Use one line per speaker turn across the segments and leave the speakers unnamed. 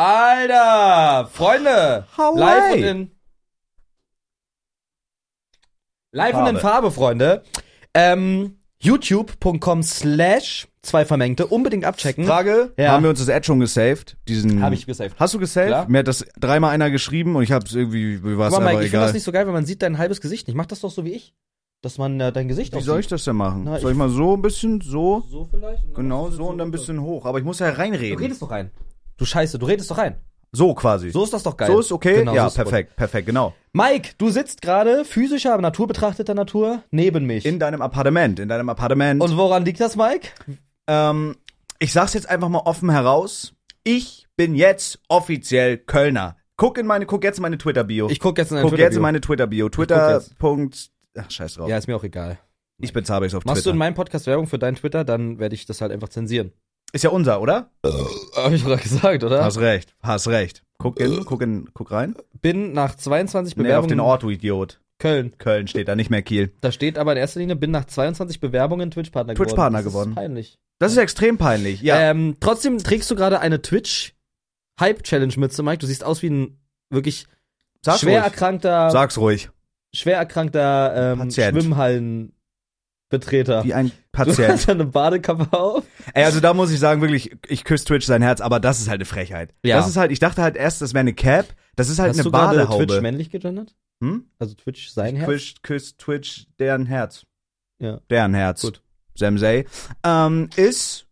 Alter, Freunde,
Hawaii.
live und in live und in
Farbe.
Farbe, Freunde. Ähm, YouTube.com slash zwei Vermengte. Unbedingt abchecken. Hm.
Frage,
Ja.
haben wir uns das Ad schon gesaved? Diesen
Hab ich gesaved.
Hast du gesaved?
Klar.
Mir hat das dreimal einer geschrieben und ich hab's irgendwie, mir war's
Guck mal,
aber
Mike, ich finde
egal.
das nicht so geil, wenn man sieht dein halbes Gesicht nicht. Mach das doch so wie ich. Dass man äh, dein Gesicht
Wie
auch
soll ich
sieht.
das denn machen?
Na,
soll ich,
ich-
mal so ein bisschen, so,
So vielleicht? und dann
genau
machst du
so und dann ein bisschen hoch. Aber ich muss ja
Du
reinreden.
redest doch rein. Du Scheiße, du redest doch rein.
so quasi.
So ist das doch geil.
So ist okay?
Genau,
ja,
so ist gut.
perfekt, perfekt, genau.
Mike, du sitzt gerade physischer Natur betrachteter Natur neben mich.
In deinem Appartement, in deinem Appartement.
und woran liegt das, Mike?
ähm, ich sag's jetzt einfach mal offen heraus. Ich bin jetzt offiziell Kölner. Guck in meine, guck jetzt in meine Twitter-Bio.
Ich guck jetzt in dein
guck
Twitter.
jetzt in meine Twitter-Bio. Twitter.
jetzt.
Punkt. Ach, scheiß drauf.
ja, ist mir auch egal.
Ich bezahle es auf
Machst du in
Twitter.
meinem Podcast Werbung für deinen Twitter, dann werde ich das halt einfach zensieren.
Ist ja unser, oder?
Hab ich gerade gesagt, oder?
Hast recht, hast recht. Guck
Äh.
in, guck in, guck rein.
bin nach 22
Nee, auf
Bewerbungen
den Ort, du Idiot.
Köln.
Köln steht da, nicht mehr Kiel.
Da steht aber in erster Linie, bin nach 22 Bewerbungen Twitch-Partner geworden.
Twitch-Partner
Das
geworden.
Ist peinlich.
Das ist extrem peinlich. Ja,
Ähm, trotzdem trägst du gerade eine Twitch-Hype-Challenge-Mütze, Mike. Du siehst aus wie ein wirklich
sag's
schwer
ruhig.
erkrankter,
Sag's ruhig.
schwer erkrankter ähm,
Patient.
Schwimmhallenbetreter.
Wie ein
Du
Patient.
hast eine Badekappe auf.
Ey, also da muss ich sagen, wirklich, ich küsse Twitch sein Herz, aber das ist halt eine Frechheit.
Ja.
Das ist halt, ich dachte halt erst, das wäre eine Cap. Das ist halt
hast
eine
du gerade Twitch
Badehaube.
männlich gegendert?
Hm?
Also Twitch sein Herz?
Küsst, küsst Twitch deren Herz.
Ja.
Deren Herz.
Gut.
Samsei. Ähm, ist.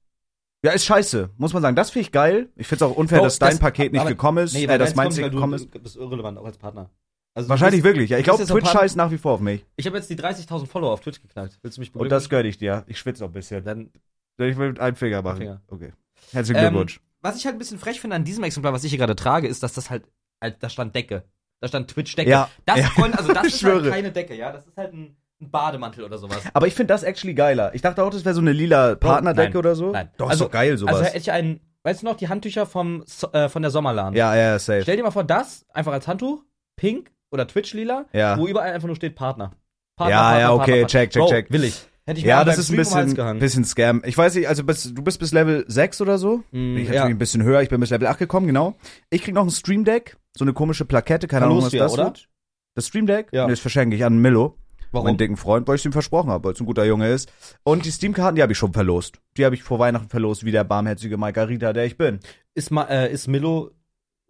Ja, ist scheiße, muss man sagen. Das finde ich geil. Ich finde es auch unfair,
Oh,
dass dein
das-
Paket nicht
aber-
gekommen ist, äh, dass meins nicht gekommen ist.
Du bist irrelevant, auch als Partner. Also du
Wahrscheinlich
bist,
wirklich. Ja, ich
du bist jetzt noch
glaube, Twitch
Partner-
scheißt nach wie vor auf mich.
Ich habe jetzt die 30.000 Follower auf Twitch geknackt. Willst du mich
Und das gönn ich dir. Ich schwitze auch ein bisschen.
dann
Ich will einen Finger machen.
Finger.
Okay. Herzlichen
Ähm,
Glückwunsch.
Was ich halt ein bisschen frech finde an diesem Exemplar, was ich hier gerade trage, ist, dass das halt, halt da stand Decke. Da stand Twitch-Decke.
Ja.
Das,
Ja.
Freunde, also das
Ich
ist halt
schwöre.
keine Decke, ja. Das ist halt ein, ein Bademantel oder sowas.
Aber ich finde das actually geiler. Ich dachte auch, das wäre so eine lila Partnerdecke
nein,
oder so.
nein.
Doch,
Also-
ist doch geil sowas.
Also hätte ich einen, weißt du noch, die Handtücher vom, So- äh, von der Sommerladen.
ja, ja, safe.
Stell dir mal vor, das einfach als Handtuch, pink oder Twitch-lila,
Ja.
wo überall einfach nur steht Partner.
Ja, ja, okay, check, check,
Bro,
check.
Will ich. Hätte ich mir
Ja,
mal
das
beim
ist ein
Stream um den Hals
bisschen,
gehangen.
bisschen Scam. Ich weiß nicht, also bis, du bist bis Level 6 oder so.
Mm,
ich hab
ja.
schon ein bisschen höher, ich bin bis Level 8 gekommen, genau. Ich krieg noch ein Stream Deck, so eine komische Plakette, keine Ahnung, was
Verlost du ja,
das
oder?
wird. Das Stream Deck?
Ja.
Nee, das verschenke ich an Milo. meinen
Warum?
dicken Freund, weil ich es ihm versprochen habe, weil es ein guter Junge ist. Und die Steam-Karten, die habe ich schon verlost. Die habe ich vor Weihnachten verlost, wie der barmherzige Margarita, der ich bin.
Ist, ma, äh, ist Milo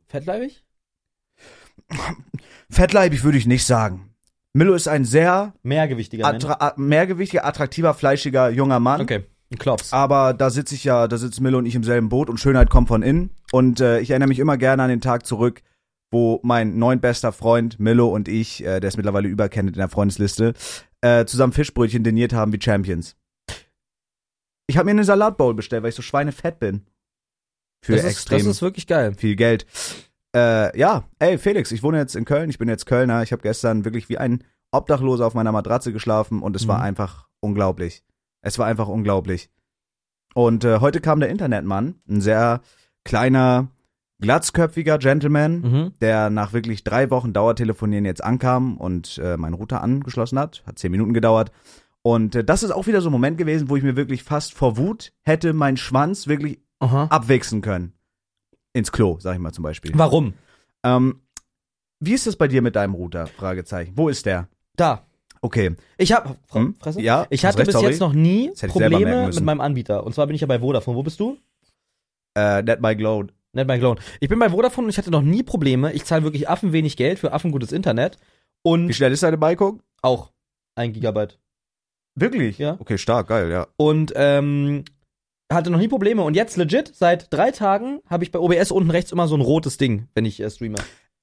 fettleibig?
Fettleibig würde ich nicht sagen. Milo ist ein sehr
Mehrgewichtiger Mensch.
attra a- mehrgewichtiger, attraktiver, fleischiger junger Mann.
Okay, ein Klops.
Aber da sitze ich ja, da sitzen Milo und ich im selben Boot und Schönheit kommt von innen. Und äh, ich erinnere mich immer gerne an den Tag zurück, wo mein neun bester Freund Milo und ich, äh, der ist mittlerweile überkennt in der Freundesliste, äh, zusammen Fischbrötchen diniert haben wie Champions. Ich habe mir eine Salatbowl bestellt, weil ich so schweinefett bin. Für
das, ist,
extrem
das ist wirklich geil.
viel Geld. Äh, ja, ey Felix, ich wohne jetzt in Köln, ich bin jetzt Kölner. Ich habe gestern wirklich wie ein Obdachloser auf meiner Matratze geschlafen und es
Mhm.
war einfach unglaublich. Es war einfach unglaublich. Und äh, heute kam der Internetmann, ein sehr kleiner, glatzköpfiger Gentleman,
Mhm.
der nach wirklich drei Wochen Dauertelefonieren jetzt ankam und äh, meinen Router angeschlossen hat. Hat zehn Minuten gedauert. Und äh, das ist auch wieder so ein Moment gewesen, wo ich mir wirklich fast vor Wut hätte meinen Schwanz wirklich
Aha.
abwechseln können. Ins Klo, sag ich mal zum Beispiel.
Warum?
Ähm, wie ist das bei dir mit deinem Router? Fragezeichen. Wo ist der?
Da.
Okay.
Ich habe
Hm?
Fresse?
Ja,
ich
hast
hatte
recht,
bis
sorry.
jetzt noch nie
hätte ich selber merken
Probleme mit
müssen.
meinem Anbieter. Und zwar bin ich ja bei Vodafone. Wo bist du?
Äh, Net by Glow.
Nicht bei Clone. Ich bin bei Vodafone und ich hatte noch nie Probleme. Ich zahle wirklich Affen wenig Geld für Affen gutes Internet.
Wie
Und
schnell ist deine Bike?
auch ein Gigabyte.
Wirklich?
Ja.
Okay, stark, geil, ja.
Und ähm, hatte noch nie Probleme. Und jetzt legit, seit drei Tagen habe ich bei OBS unten rechts immer so ein rotes Ding, wenn ich äh, streame.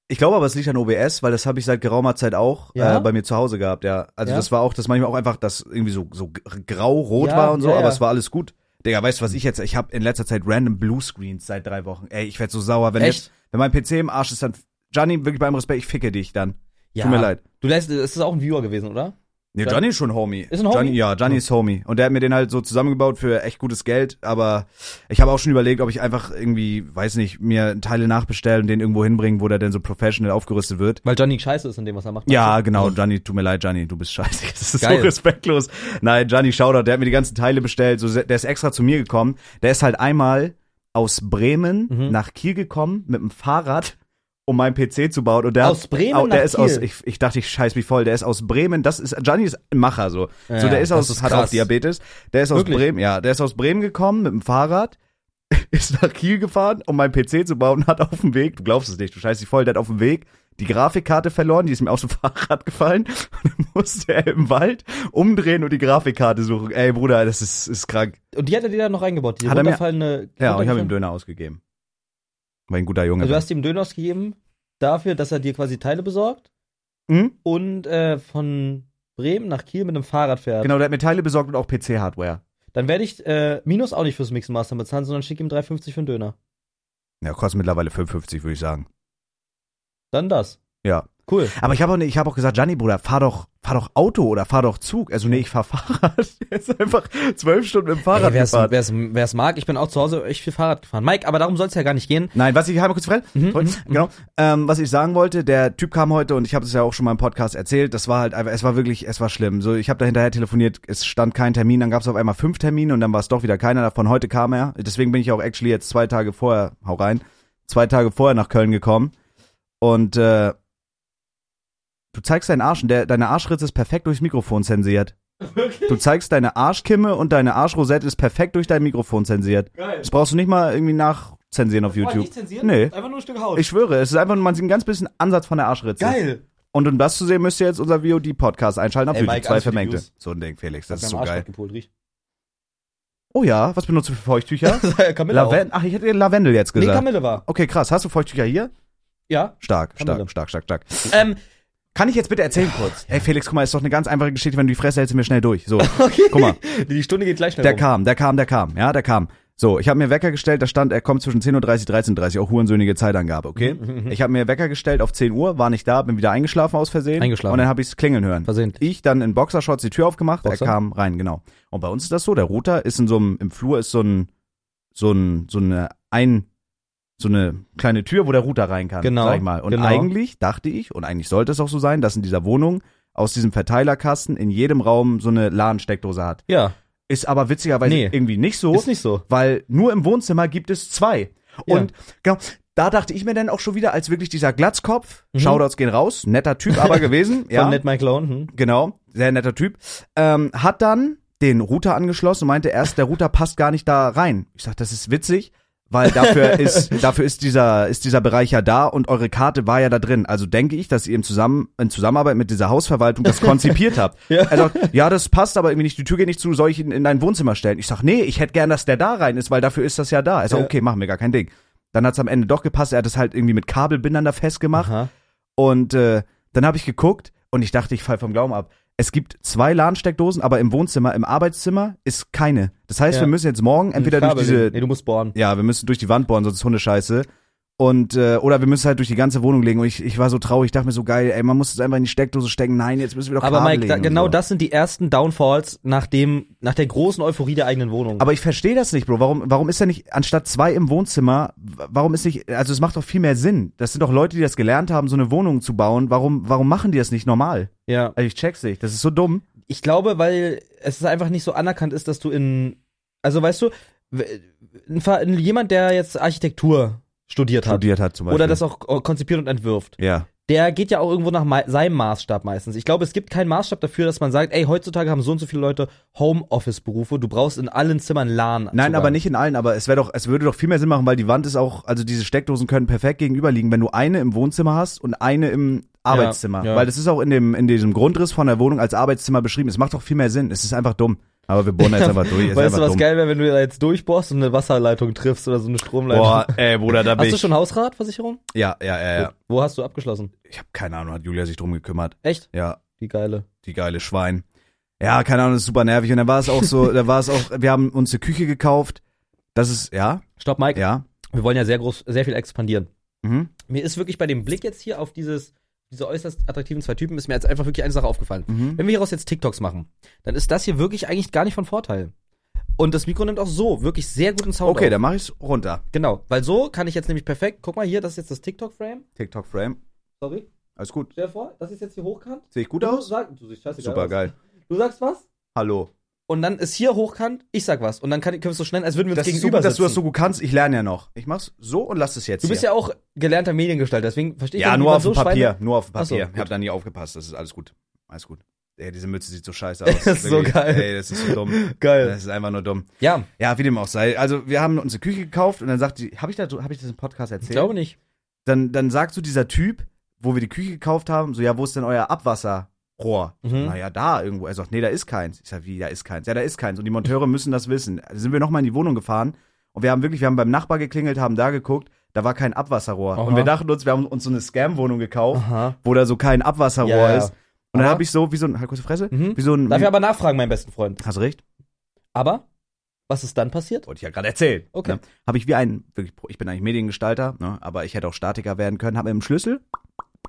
Ich glaube aber, es liegt an OBS, weil das habe ich seit geraumer Zeit auch
Ja?
äh, bei mir zu Hause gehabt, ja. Also
Ja?
das war auch, das manchmal auch einfach, dass irgendwie so, so g- grau-rot
Ja,
war und so,
ja,
aber
ja.
es war alles gut. Digga, weißt du, was ich jetzt, ich habe in letzter Zeit random Bluescreens seit drei Wochen. Ey, ich werd so sauer, wenn,
Echt?
jetzt, wenn mein PC im Arsch ist, dann, Gianni, wirklich bei allem Respekt, ich ficke dich dann.
Ja.
Tut mir leid.
Du lässt, es ist auch ein Viewer gewesen, oder?
Nee,
Dann-
Johnny ist schon Homie.
Ist ein Homie?
Johnny, ja, Johnny ist Homie. Und der hat mir den halt so zusammengebaut für echt gutes Geld. Aber ich habe auch schon überlegt, ob ich einfach irgendwie, weiß nicht, mir Teile nachbestelle und den irgendwo hinbringen, wo der denn so professionell aufgerüstet wird.
Weil Johnny scheiße ist in dem, was er macht.
Ja,
meinst du?
genau, Johnny, tut mir leid, Johnny, du bist scheiße. Das ist
Geil.
so respektlos. Nein, Johnny Schauder, der hat mir die ganzen Teile bestellt, so, der ist extra zu mir gekommen. Der ist halt einmal aus Bremen
Mhm.
nach Kiel gekommen mit dem Fahrrad, um meinen PC zu bauen. Und der
Aus Bremen
au- der
nach
ist aus,
Kiel?
ich, ich dachte, ich scheiß mich voll. Der ist aus Bremen. Das ist Gianni ist ein Macher so.
Ja,
so der ist
das
aus
ist
hat
krass.
auch Diabetes. Der ist aus
Wirklich?
Bremen. Ja, der ist aus Bremen gekommen mit dem Fahrrad. Ist nach Kiel gefahren, um meinen PC zu bauen, hat auf dem Weg, du glaubst es nicht, du scheiß dich voll, der hat auf dem Weg die Grafikkarte verloren, die ist mir aus dem Fahrrad gefallen. Und dann musste er im Wald umdrehen und die Grafikkarte suchen. Ey, Bruder, das ist, ist krank.
Und die hat er dir dann noch reingebaut, die
Hat er mir-
runterfallende.
Ja, und ich habe
runtergefallene-
ihm Döner ausgegeben. Weil ich ein guter Junge.
Also du
bin.
hast ihm Döner ausgegeben dafür, dass er dir quasi Teile besorgt
Hm?
und äh, von Bremen nach Kiel mit einem Fahrrad fährt.
Genau, der hat mir Teile besorgt und auch PC-Hardware.
Dann werde ich äh, Minus auch nicht fürs Mixen Master bezahlen, sondern schicke ihm 3,50 für einen Döner.
Ja, kostet mittlerweile 5,50, würde ich sagen.
Dann das.
Ja.
Cool.
Aber ich habe auch, ne, ich hab auch gesagt, Gianni, Bruder, fahr doch, fahr doch Auto oder fahr doch Zug. Also nee, ich fahr Fahrrad. Er ist einfach zwölf Stunden mit dem Fahrrad
Ey, wer's,
gefahren.
wer's, wer's mag, ich bin auch zu Hause echt viel Fahrrad gefahren. Mike, aber darum soll es ja gar nicht gehen.
Nein, was ich einmal kurz frei.
Mhm,
Toll.
mhm,
genau. Ähm, was ich sagen wollte, der Typ kam heute und ich habe es ja auch schon mal im Podcast erzählt. Das war halt einfach, es war wirklich, es war schlimm. So, ich habe da hinterher telefoniert, es stand kein Termin, dann gab es auf einmal fünf Termine und dann war es doch wieder keiner davon. Heute kam er. Deswegen bin ich auch actually jetzt zwei Tage vorher, hau rein, zwei Tage vorher nach Köln gekommen. Und äh, du zeigst deinen Arsch und der, deine Arschritze ist perfekt durchs Mikrofon zensiert.
Wirklich?
Du zeigst deine Arschkimme und deine Arschrosette ist perfekt durch dein Mikrofon zensiert.
Geil.
Das brauchst du nicht mal irgendwie nachzensieren auf YouTube.
zensieren?
Nee.
Einfach nur ein Stück Haut.
Ich schwöre, es ist einfach, man sieht einen ganz bisschen Ansatz von der Arschritze.
Geil.
Und um das zu sehen, müsst ihr jetzt unser VOD-Podcast einschalten auf
Ey,
YouTube.
Mike,
zwei
alles für die
Vermengte.
Views.
So ein Ding, Felix,
Hab
das
mir
ist
am
so
Arsch
geil.
weggepolt, riecht.
Oh ja, was benutzt du für Feuchttücher?
Camilla auch.
Lavendel. Ach, ich hätte dir Lavendel jetzt
Nee,
gesagt.
Camille war.
okay, krass. Hast du Feuchttücher hier?
Ja.
Stark,
Kamille.
stark, stark, stark, stark.
Ähm,
Kann ich jetzt bitte erzählen kurz? Ey, Felix, guck mal, ist doch eine ganz einfache Geschichte, wenn du die Fresse hältst, sind wir schnell durch. So,
okay.
guck mal.
Die Stunde geht gleich schnell
Der
rum.
kam, der kam, der kam, ja, der kam. So, ich habe mir Wecker gestellt, da stand, er kommt zwischen 10.30 Uhr, 13.30 Uhr, auch hurensöhnige Zeitangabe, okay?
Mhm,
Ich habe mir Wecker gestellt auf 10 Uhr, war nicht da, bin wieder eingeschlafen aus Versehen.
Eingeschlafen.
Und dann habe ich es klingeln hören.
Versehentlich.
Ich dann in Boxershorts die Tür aufgemacht,
Boxer?
er kam rein, genau. Und bei uns ist das so, der Router ist in so einem, im Flur ist so ein, so ein, so eine ein, so eine kleine Tür, wo der Router rein kann,
Genau,
sag ich mal. Und
genau.
eigentlich dachte ich, und eigentlich sollte es auch so sein, dass in dieser Wohnung aus diesem Verteilerkasten in jedem Raum so eine LAN-Steckdose hat.
Ja.
Ist aber witzigerweise
Nee.
irgendwie nicht so,
Ist nicht so.
weil nur im Wohnzimmer gibt es zwei.
Ja.
Und genau, da dachte ich mir dann auch schon wieder, als wirklich dieser Glatzkopf,
Mhm.
Shoutouts gehen raus, netter Typ aber gewesen, ja,
Von Ned Mike Lone. Hm.
genau, sehr netter Typ, ähm, hat dann den Router angeschlossen und meinte erst, der Router passt gar nicht da rein. Ich sag, das ist witzig, weil dafür ist, dafür ist dieser, ist dieser Bereich ja da und eure Karte war ja da drin. Also denke ich, dass ihr im Zusammen, in Zusammenarbeit mit dieser Hausverwaltung das konzipiert habt.
Ja.
Er sagt, ja, das passt, aber irgendwie nicht, die Tür geht nicht zu, soll ich ihn in dein Wohnzimmer stellen? Ich sag, nee, ich hätte gern, dass der da rein ist, weil dafür ist das ja da. Er sagt,
Ja.
okay, machen wir gar kein Ding. Dann hat's am Ende doch gepasst, er hat es halt irgendwie mit Kabelbindern da festgemacht.
Aha.
Und äh, dann habe ich geguckt und ich dachte, ich fall vom Glauben ab. Es gibt zwei LAN-Steckdosen, aber im Wohnzimmer, im Arbeitszimmer ist keine. Das heißt,
Ja.
wir müssen jetzt morgen entweder durch
Kabel-
diese,
Nee, du musst bohren.
ja, wir müssen durch die Wand bohren, sonst ist Hundescheiße. Und äh, oder wir müssen halt durch die ganze Wohnung legen. Und ich, ich war so traurig, ich dachte mir so geil, ey, man muss es einfach in die Steckdose stecken. Nein, jetzt müssen wir doch
Aber
Kabel
Mike, da,
legen und
genau
so.
das sind die ersten Downfalls nach dem, nach der großen Euphorie der eigenen Wohnung.
Aber ich verstehe das nicht, Bro. Warum, warum ist da nicht anstatt zwei im Wohnzimmer? w- Warum ist nicht? Also es macht doch viel mehr Sinn. Das sind doch Leute, die das gelernt haben, so eine Wohnung zu bauen. Warum, warum machen die das nicht normal?
ja.
Also ich check's nicht. Das ist so dumm.
Ich glaube, weil es einfach nicht so anerkannt ist, dass du in, also weißt du, w- ein Ver- jemand, der jetzt Architektur studiert hat
studiert hat zum Beispiel.
oder das auch konzipiert und entwirft,
ja.
der geht ja auch irgendwo nach mei- seinem Maßstab meistens. Ich glaube, es gibt keinen Maßstab dafür, dass man sagt, ey, heutzutage haben so und so viele Leute Homeoffice-Berufe, du brauchst in allen Zimmern LAN.
Nein, aber nicht in allen, aber es wäre doch, es würde doch viel mehr Sinn machen, weil die Wand ist auch, also diese Steckdosen können perfekt gegenüberliegen, wenn du eine im Wohnzimmer hast und eine im Arbeitszimmer.
ja.
Weil das ist auch in dem, in diesem Grundriss von der Wohnung als Arbeitszimmer beschrieben. Es macht doch viel mehr Sinn. Es ist einfach dumm. Aber wir bohren da jetzt einfach durch. Es Ist
Weißt du,
einfach
was
dumm.
geil wäre, wenn du da jetzt durchbohrst und eine Wasserleitung triffst oder so eine Stromleitung?
Boah, ey, Bruder, da bin
hast du
ich.
schon Hausratversicherung?
Ja, ja, ja, ja.
Wo hast du abgeschlossen?
Ich habe keine Ahnung, hat Julia sich drum gekümmert.
Echt?
Ja,
Die geile.
die geile Schwein. Ja, keine Ahnung, das ist super nervig. Und dann war es auch so, da war es auch, wir haben uns eine Küche gekauft. Das ist, ja,
Stopp, Mike.
ja.
Wir wollen ja sehr groß, sehr viel expandieren.
Mhm.
Mir ist wirklich bei dem Blick jetzt hier auf dieses, diese äußerst attraktiven zwei Typen, ist mir jetzt einfach wirklich eine Sache aufgefallen.
Mhm.
Wenn wir hieraus jetzt TikToks machen, dann ist das hier wirklich eigentlich gar nicht von Vorteil. Und das Mikro nimmt auch so wirklich sehr guten Sound
Okay,
auf.
dann mache ich's runter.
Genau, weil so kann ich jetzt nämlich perfekt, guck mal hier, das ist jetzt das TikTok-Frame.
TikTok-Frame.
Sorry,
Alles gut.
stell dir vor, das ist jetzt hier hochkant.
Sehe ich gut
Du
aus?
Sag, du siehst scheißegal
Super
aus.
geil.
Du sagst was
Hallo.
und dann ist hier hochkant, ich sag was. Und dann kann, können wir es so schnell, als würden wir uns
Das ist so
gegenüber
gut, dass du das
sitzen.
so gut kannst. Ich lerne ja noch. Ich mach's so und lass es jetzt.
Du bist
hier.
ja auch gelernter Mediengestalter, deswegen verstehe ich
Ja,
nicht, wie
nur
man
auf dem
so
Papier.
Schweine-
Nur auf dem
Ach so,
Papier. ich hab
gut.
da nie aufgepasst. Das ist alles gut. Alles gut. Ey, diese Mütze sieht so scheiße aus.
Das ist so
Wirklich.
geil.
Ey, das ist so dumm.
Geil.
Das ist einfach nur dumm.
Ja,
Ja, wie dem auch sei. Also, wir haben unsere Küche gekauft und dann sagt die, habe ich, da, hab ich das im Podcast erzählt?
ich glaube nicht.
Dann, dann sagt so dieser Typ, wo wir die Küche gekauft haben, so, ja, wo ist denn euer Abwasserrohr?
Mhm.
Naja, da irgendwo. Er sagt, nee, da ist keins. Ich sag, wie, da ist keins? Ja, da ist keins. Und die Monteure müssen das wissen. Also sind wir nochmal in die Wohnung gefahren und wir haben wirklich, wir haben beim Nachbar geklingelt, haben da geguckt, da war kein Abwasserrohr.
Aha.
Und wir dachten uns, wir haben uns so eine Scam-Wohnung gekauft,
Aha.
wo da so kein Abwasserrohr
Ja, ja.
ist. Und dann
Aha.
habe ich so, wie so ein, halt kurze Fresse,
Mhm.
wie so ein.
Darf ich aber nachfragen, mein besten Freund.
hast du recht?
Aber, was ist dann passiert?
Wollte ich ja gerade erzählen.
Okay.
Ne? Habe ich wie ein, wirklich, ich bin eigentlich Mediengestalter, ne? aber ich hätte auch Statiker werden können, habe mit dem Schlüssel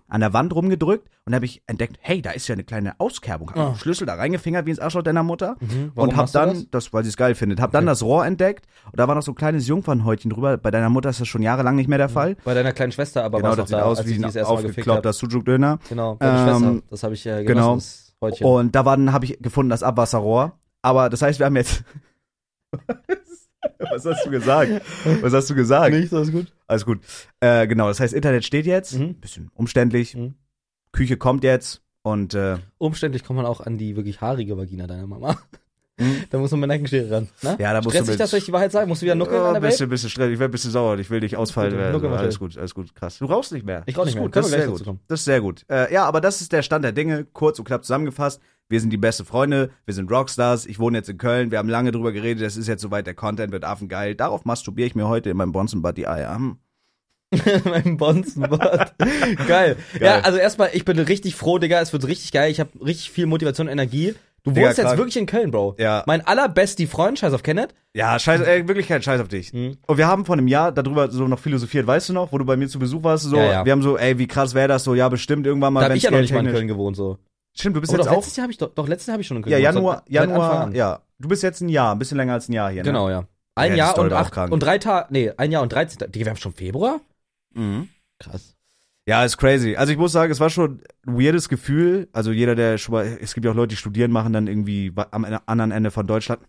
an der Wand rumgedrückt und habe ich entdeckt, hey, da ist ja eine kleine Auskerbung. Habe
Ah.
den Schlüssel da reingefingert wie ins Arschloch deiner Mutter.
Mhm. Warum
Und hab
machst du
dann,
das?
das? weil sie es geil findet, hab dann
Okay.
das Rohr entdeckt und da war noch so ein kleines Jungfernhäutchen drüber. Bei deiner Mutter ist das schon jahrelang nicht mehr der Fall.
Bei deiner kleinen Schwester aber
genau,
war's
das
noch
sieht
da,
aus
als
wie
ich
ein
die das erste Mal gefickt habe.
aufgeklappter Sucuk-Döner.
Genau, deine
Ähm,
Schwester. Das habe ich äh, genossen,
genau.
das Häutchen.
Und da war dann habe ich gefunden das Abwasserrohr. Aber das heißt, wir haben jetzt. Was hast du gesagt? Was hast du gesagt?
Nichts, alles gut.
Alles gut. Äh, genau, das heißt, Internet steht jetzt.
Mhm.
Bisschen umständlich.
Mhm.
Küche kommt jetzt. Und äh,
Umständlich kommt man auch an die wirklich haarige Vagina deiner Mama. Da muss man mit Nackenschere ran. Ne?
Ja, da musst du
Mhm. Stress dich
mit-
das, soll ich die Wahrheit sagen? Musst du wieder nuckeln an der Welt?
bisschen, bisschen stressig. Ich werde ein bisschen sauer. Ich will dich ausfallen.
Nuckel,
Äh,
Nuckel,
alles gut, alles gut. Krass. Du rauchst nicht mehr.
Ich rauch nicht
Das ist
mehr.
Gut.
Können
Das, ist
wir
sehr
gleich dazu
gut.
kommen.
das ist sehr gut. Äh, ja, aber das ist der Stand der Dinge. Kurz und knapp zusammengefasst. Wir sind die beste Freunde. Wir sind Rockstars. Ich wohne jetzt in Köln. Wir haben lange drüber geredet. Es ist jetzt soweit. Der Content wird affengeil. Darauf masturbiere ich mir heute in meinem Bonzenbad die Eier. Hm.
mein Bonzenbart. geil. Ja, also erstmal, ich bin richtig froh, Digga. Es wird richtig geil. Ich habe richtig viel Motivation und Energie. Du
Digga,
wohnst jetzt
krank.
wirklich in Köln, Bro.
Ja.
Mein allerbest die Freund, scheiß auf Kenneth.
Ja, scheiß, äh, wirklich kein Scheiß auf dich.
Mhm.
Hm? Und wir haben vor einem Jahr darüber so noch philosophiert, weißt du noch, wo du bei mir zu Besuch warst, so,
Ja, ja.
wir haben so, ey, wie krass wäre das so, ja, bestimmt irgendwann mal,
Da hab ich
wenn's
ja noch nicht mal in
geldtechnisch-
Köln gewohnt, so.
Stimmt, du bist
Oh,
jetzt
doch,
auch,
letztes Jahr habe ich doch, doch, letztes Jahr habe ich schon in Köln
ja,
gewohnt.
Januar,
seit- seit Anfang
Januar,
an.
ja. Du bist jetzt ein Jahr, ein bisschen länger als ein Jahr hier, ne?
Genau, ja. Ein
Ja, die
Jahr
Story
und
war auch
acht
krank.
und drei Tage, nee, ein Jahr und 13 Tage. Digga, wir haben schon Februar?
ne? Mhm.
Krass.
Ja, ist crazy. Also ich muss sagen, es war schon ein weirdes Gefühl. Also jeder, der schon mal, es gibt ja auch Leute, die studieren, machen dann irgendwie wa- am anderen Ende von Deutschland.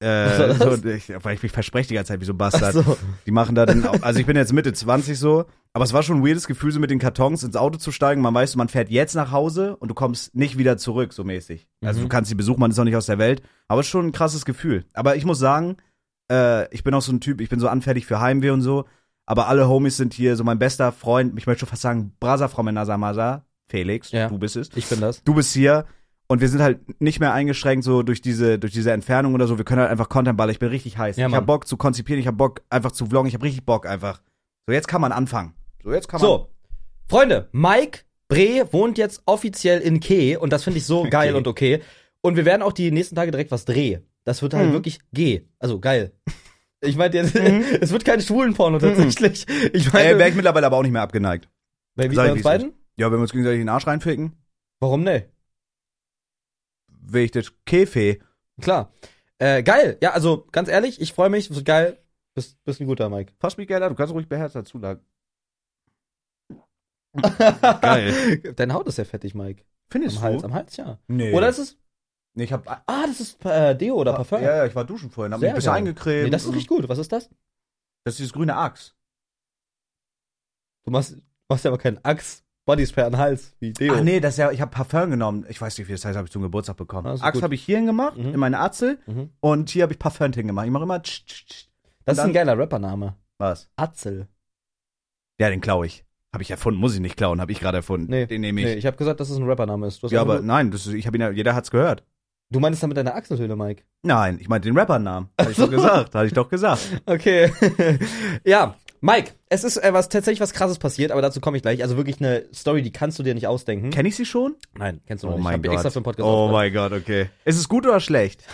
Äh,
Was war das?
so, ich, weil ich mich verspreche die ganze Zeit wie so ein
Ach
Bastard.
so.
Die machen da dann auch, also ich bin jetzt Mitte 20 so, aber es war schon ein weirdes Gefühl, so mit den Kartons ins Auto zu steigen. Man weiß, man fährt jetzt nach Hause und du kommst nicht wieder zurück, so mäßig. Also
Mhm.
du kannst sie besuchen, man ist noch nicht aus der Welt. Aber es ist schon ein krasses Gefühl. Aber ich muss sagen, äh, ich bin auch so ein Typ, ich bin so anfertig für Heimweh und so. Aber alle Homies sind hier, so mein bester Freund, ich möchte schon fast sagen, Brasa from Nasamasa, Felix,
Ja.
du bist es
Ich bin das.
du bist hier und wir sind halt nicht mehr eingeschränkt so durch diese durch diese Entfernung oder so. Wir können halt einfach Content ballern. Ich bin richtig heiß.
Ja,
ich
Mann.
hab Bock zu konzipieren, ich hab Bock einfach zu vloggen, ich hab richtig Bock einfach. So jetzt kann man anfangen. So jetzt kann man
So, Freunde, Mike Bree wohnt jetzt offiziell in Keh und das finde ich so geil
Okay.
und okay. Und wir werden auch die nächsten Tage direkt was drehen. Das wird halt
Mhm.
wirklich G. Also geil. Ich meinte jetzt, es wird kein Schwulenporno tatsächlich. Ich meine,
Mhm. Ey, wäre ich mittlerweile aber auch nicht mehr abgeneigt.
bei, wie
sag
bei
ich,
uns
wie's ist.
beiden?
Ja, wenn wir uns gegenseitig in den Arsch reinficken,
Warum ne?
will ich das Käfe.
Klar. Äh, geil. Ja, also ganz ehrlich, ich freue mich. Wird geil. Bist, bist ein guter Mike.
Fass mich gerne an, du kannst ruhig beherzt dazu lagen.
Deine Haut ist ja fettig, Mike.
Findest
Am
du?
Hals, am Hals, ja.
Nee.
Oder ist es?
nee, ich hab
Ah, das ist äh, Deo oder Parfum.
Ah, Ja, ja, ich war duschen vorhin, hab mich
Sehr
ein bisschen
geil.
eingecremt.
Nee, das ist richtig gut. Was ist das?
das ist dieses grüne Axt.
Du machst, machst ja aber keinen Axe Bodyspray an den Hals wie Deo.
Ach Ah, nee, das ist ja, ich habe Parfum genommen. Ich weiß nicht, wie das heißt, habe ich zum Geburtstag bekommen.
Ah, ist
Axt
gut.
habe ich hierhin gemacht,
Mhm.
in meine Atzel.
Mhm.
Und hier habe ich Parfum hingemacht. Ich mache immer tsch, tsch, tsch.
Das ist
dann-
ein geiler Rappername.
Was?
Atzel.
Ja, den klaue ich. Habe ich erfunden, muss ich nicht klauen, habe ich gerade erfunden.
Nee,
Den nehme ich.
Nee, ich habe gesagt, dass es ein Rappername ist. Du, hast
ja, aber
einfach nur,
nein, das ist, ich habe ihn ja, jeder hat's gehört.
du meinst damit deine Achselhöhle, Mike.
Nein, ich meine den Rappernamen. Hatte ich doch gesagt, hatte ich doch gesagt.
Okay. ja, Mike, es ist äh, was, tatsächlich was krasses passiert, aber dazu komme ich gleich. Also wirklich eine Story, die kannst du dir nicht ausdenken.
Kenne ich sie schon?
Nein, kennst du noch
Oh
nicht.
mein
ich hab
Gott.
extra für den Podcast
oh
aufgenommen.
mein Gott, okay. Ist es gut oder schlecht?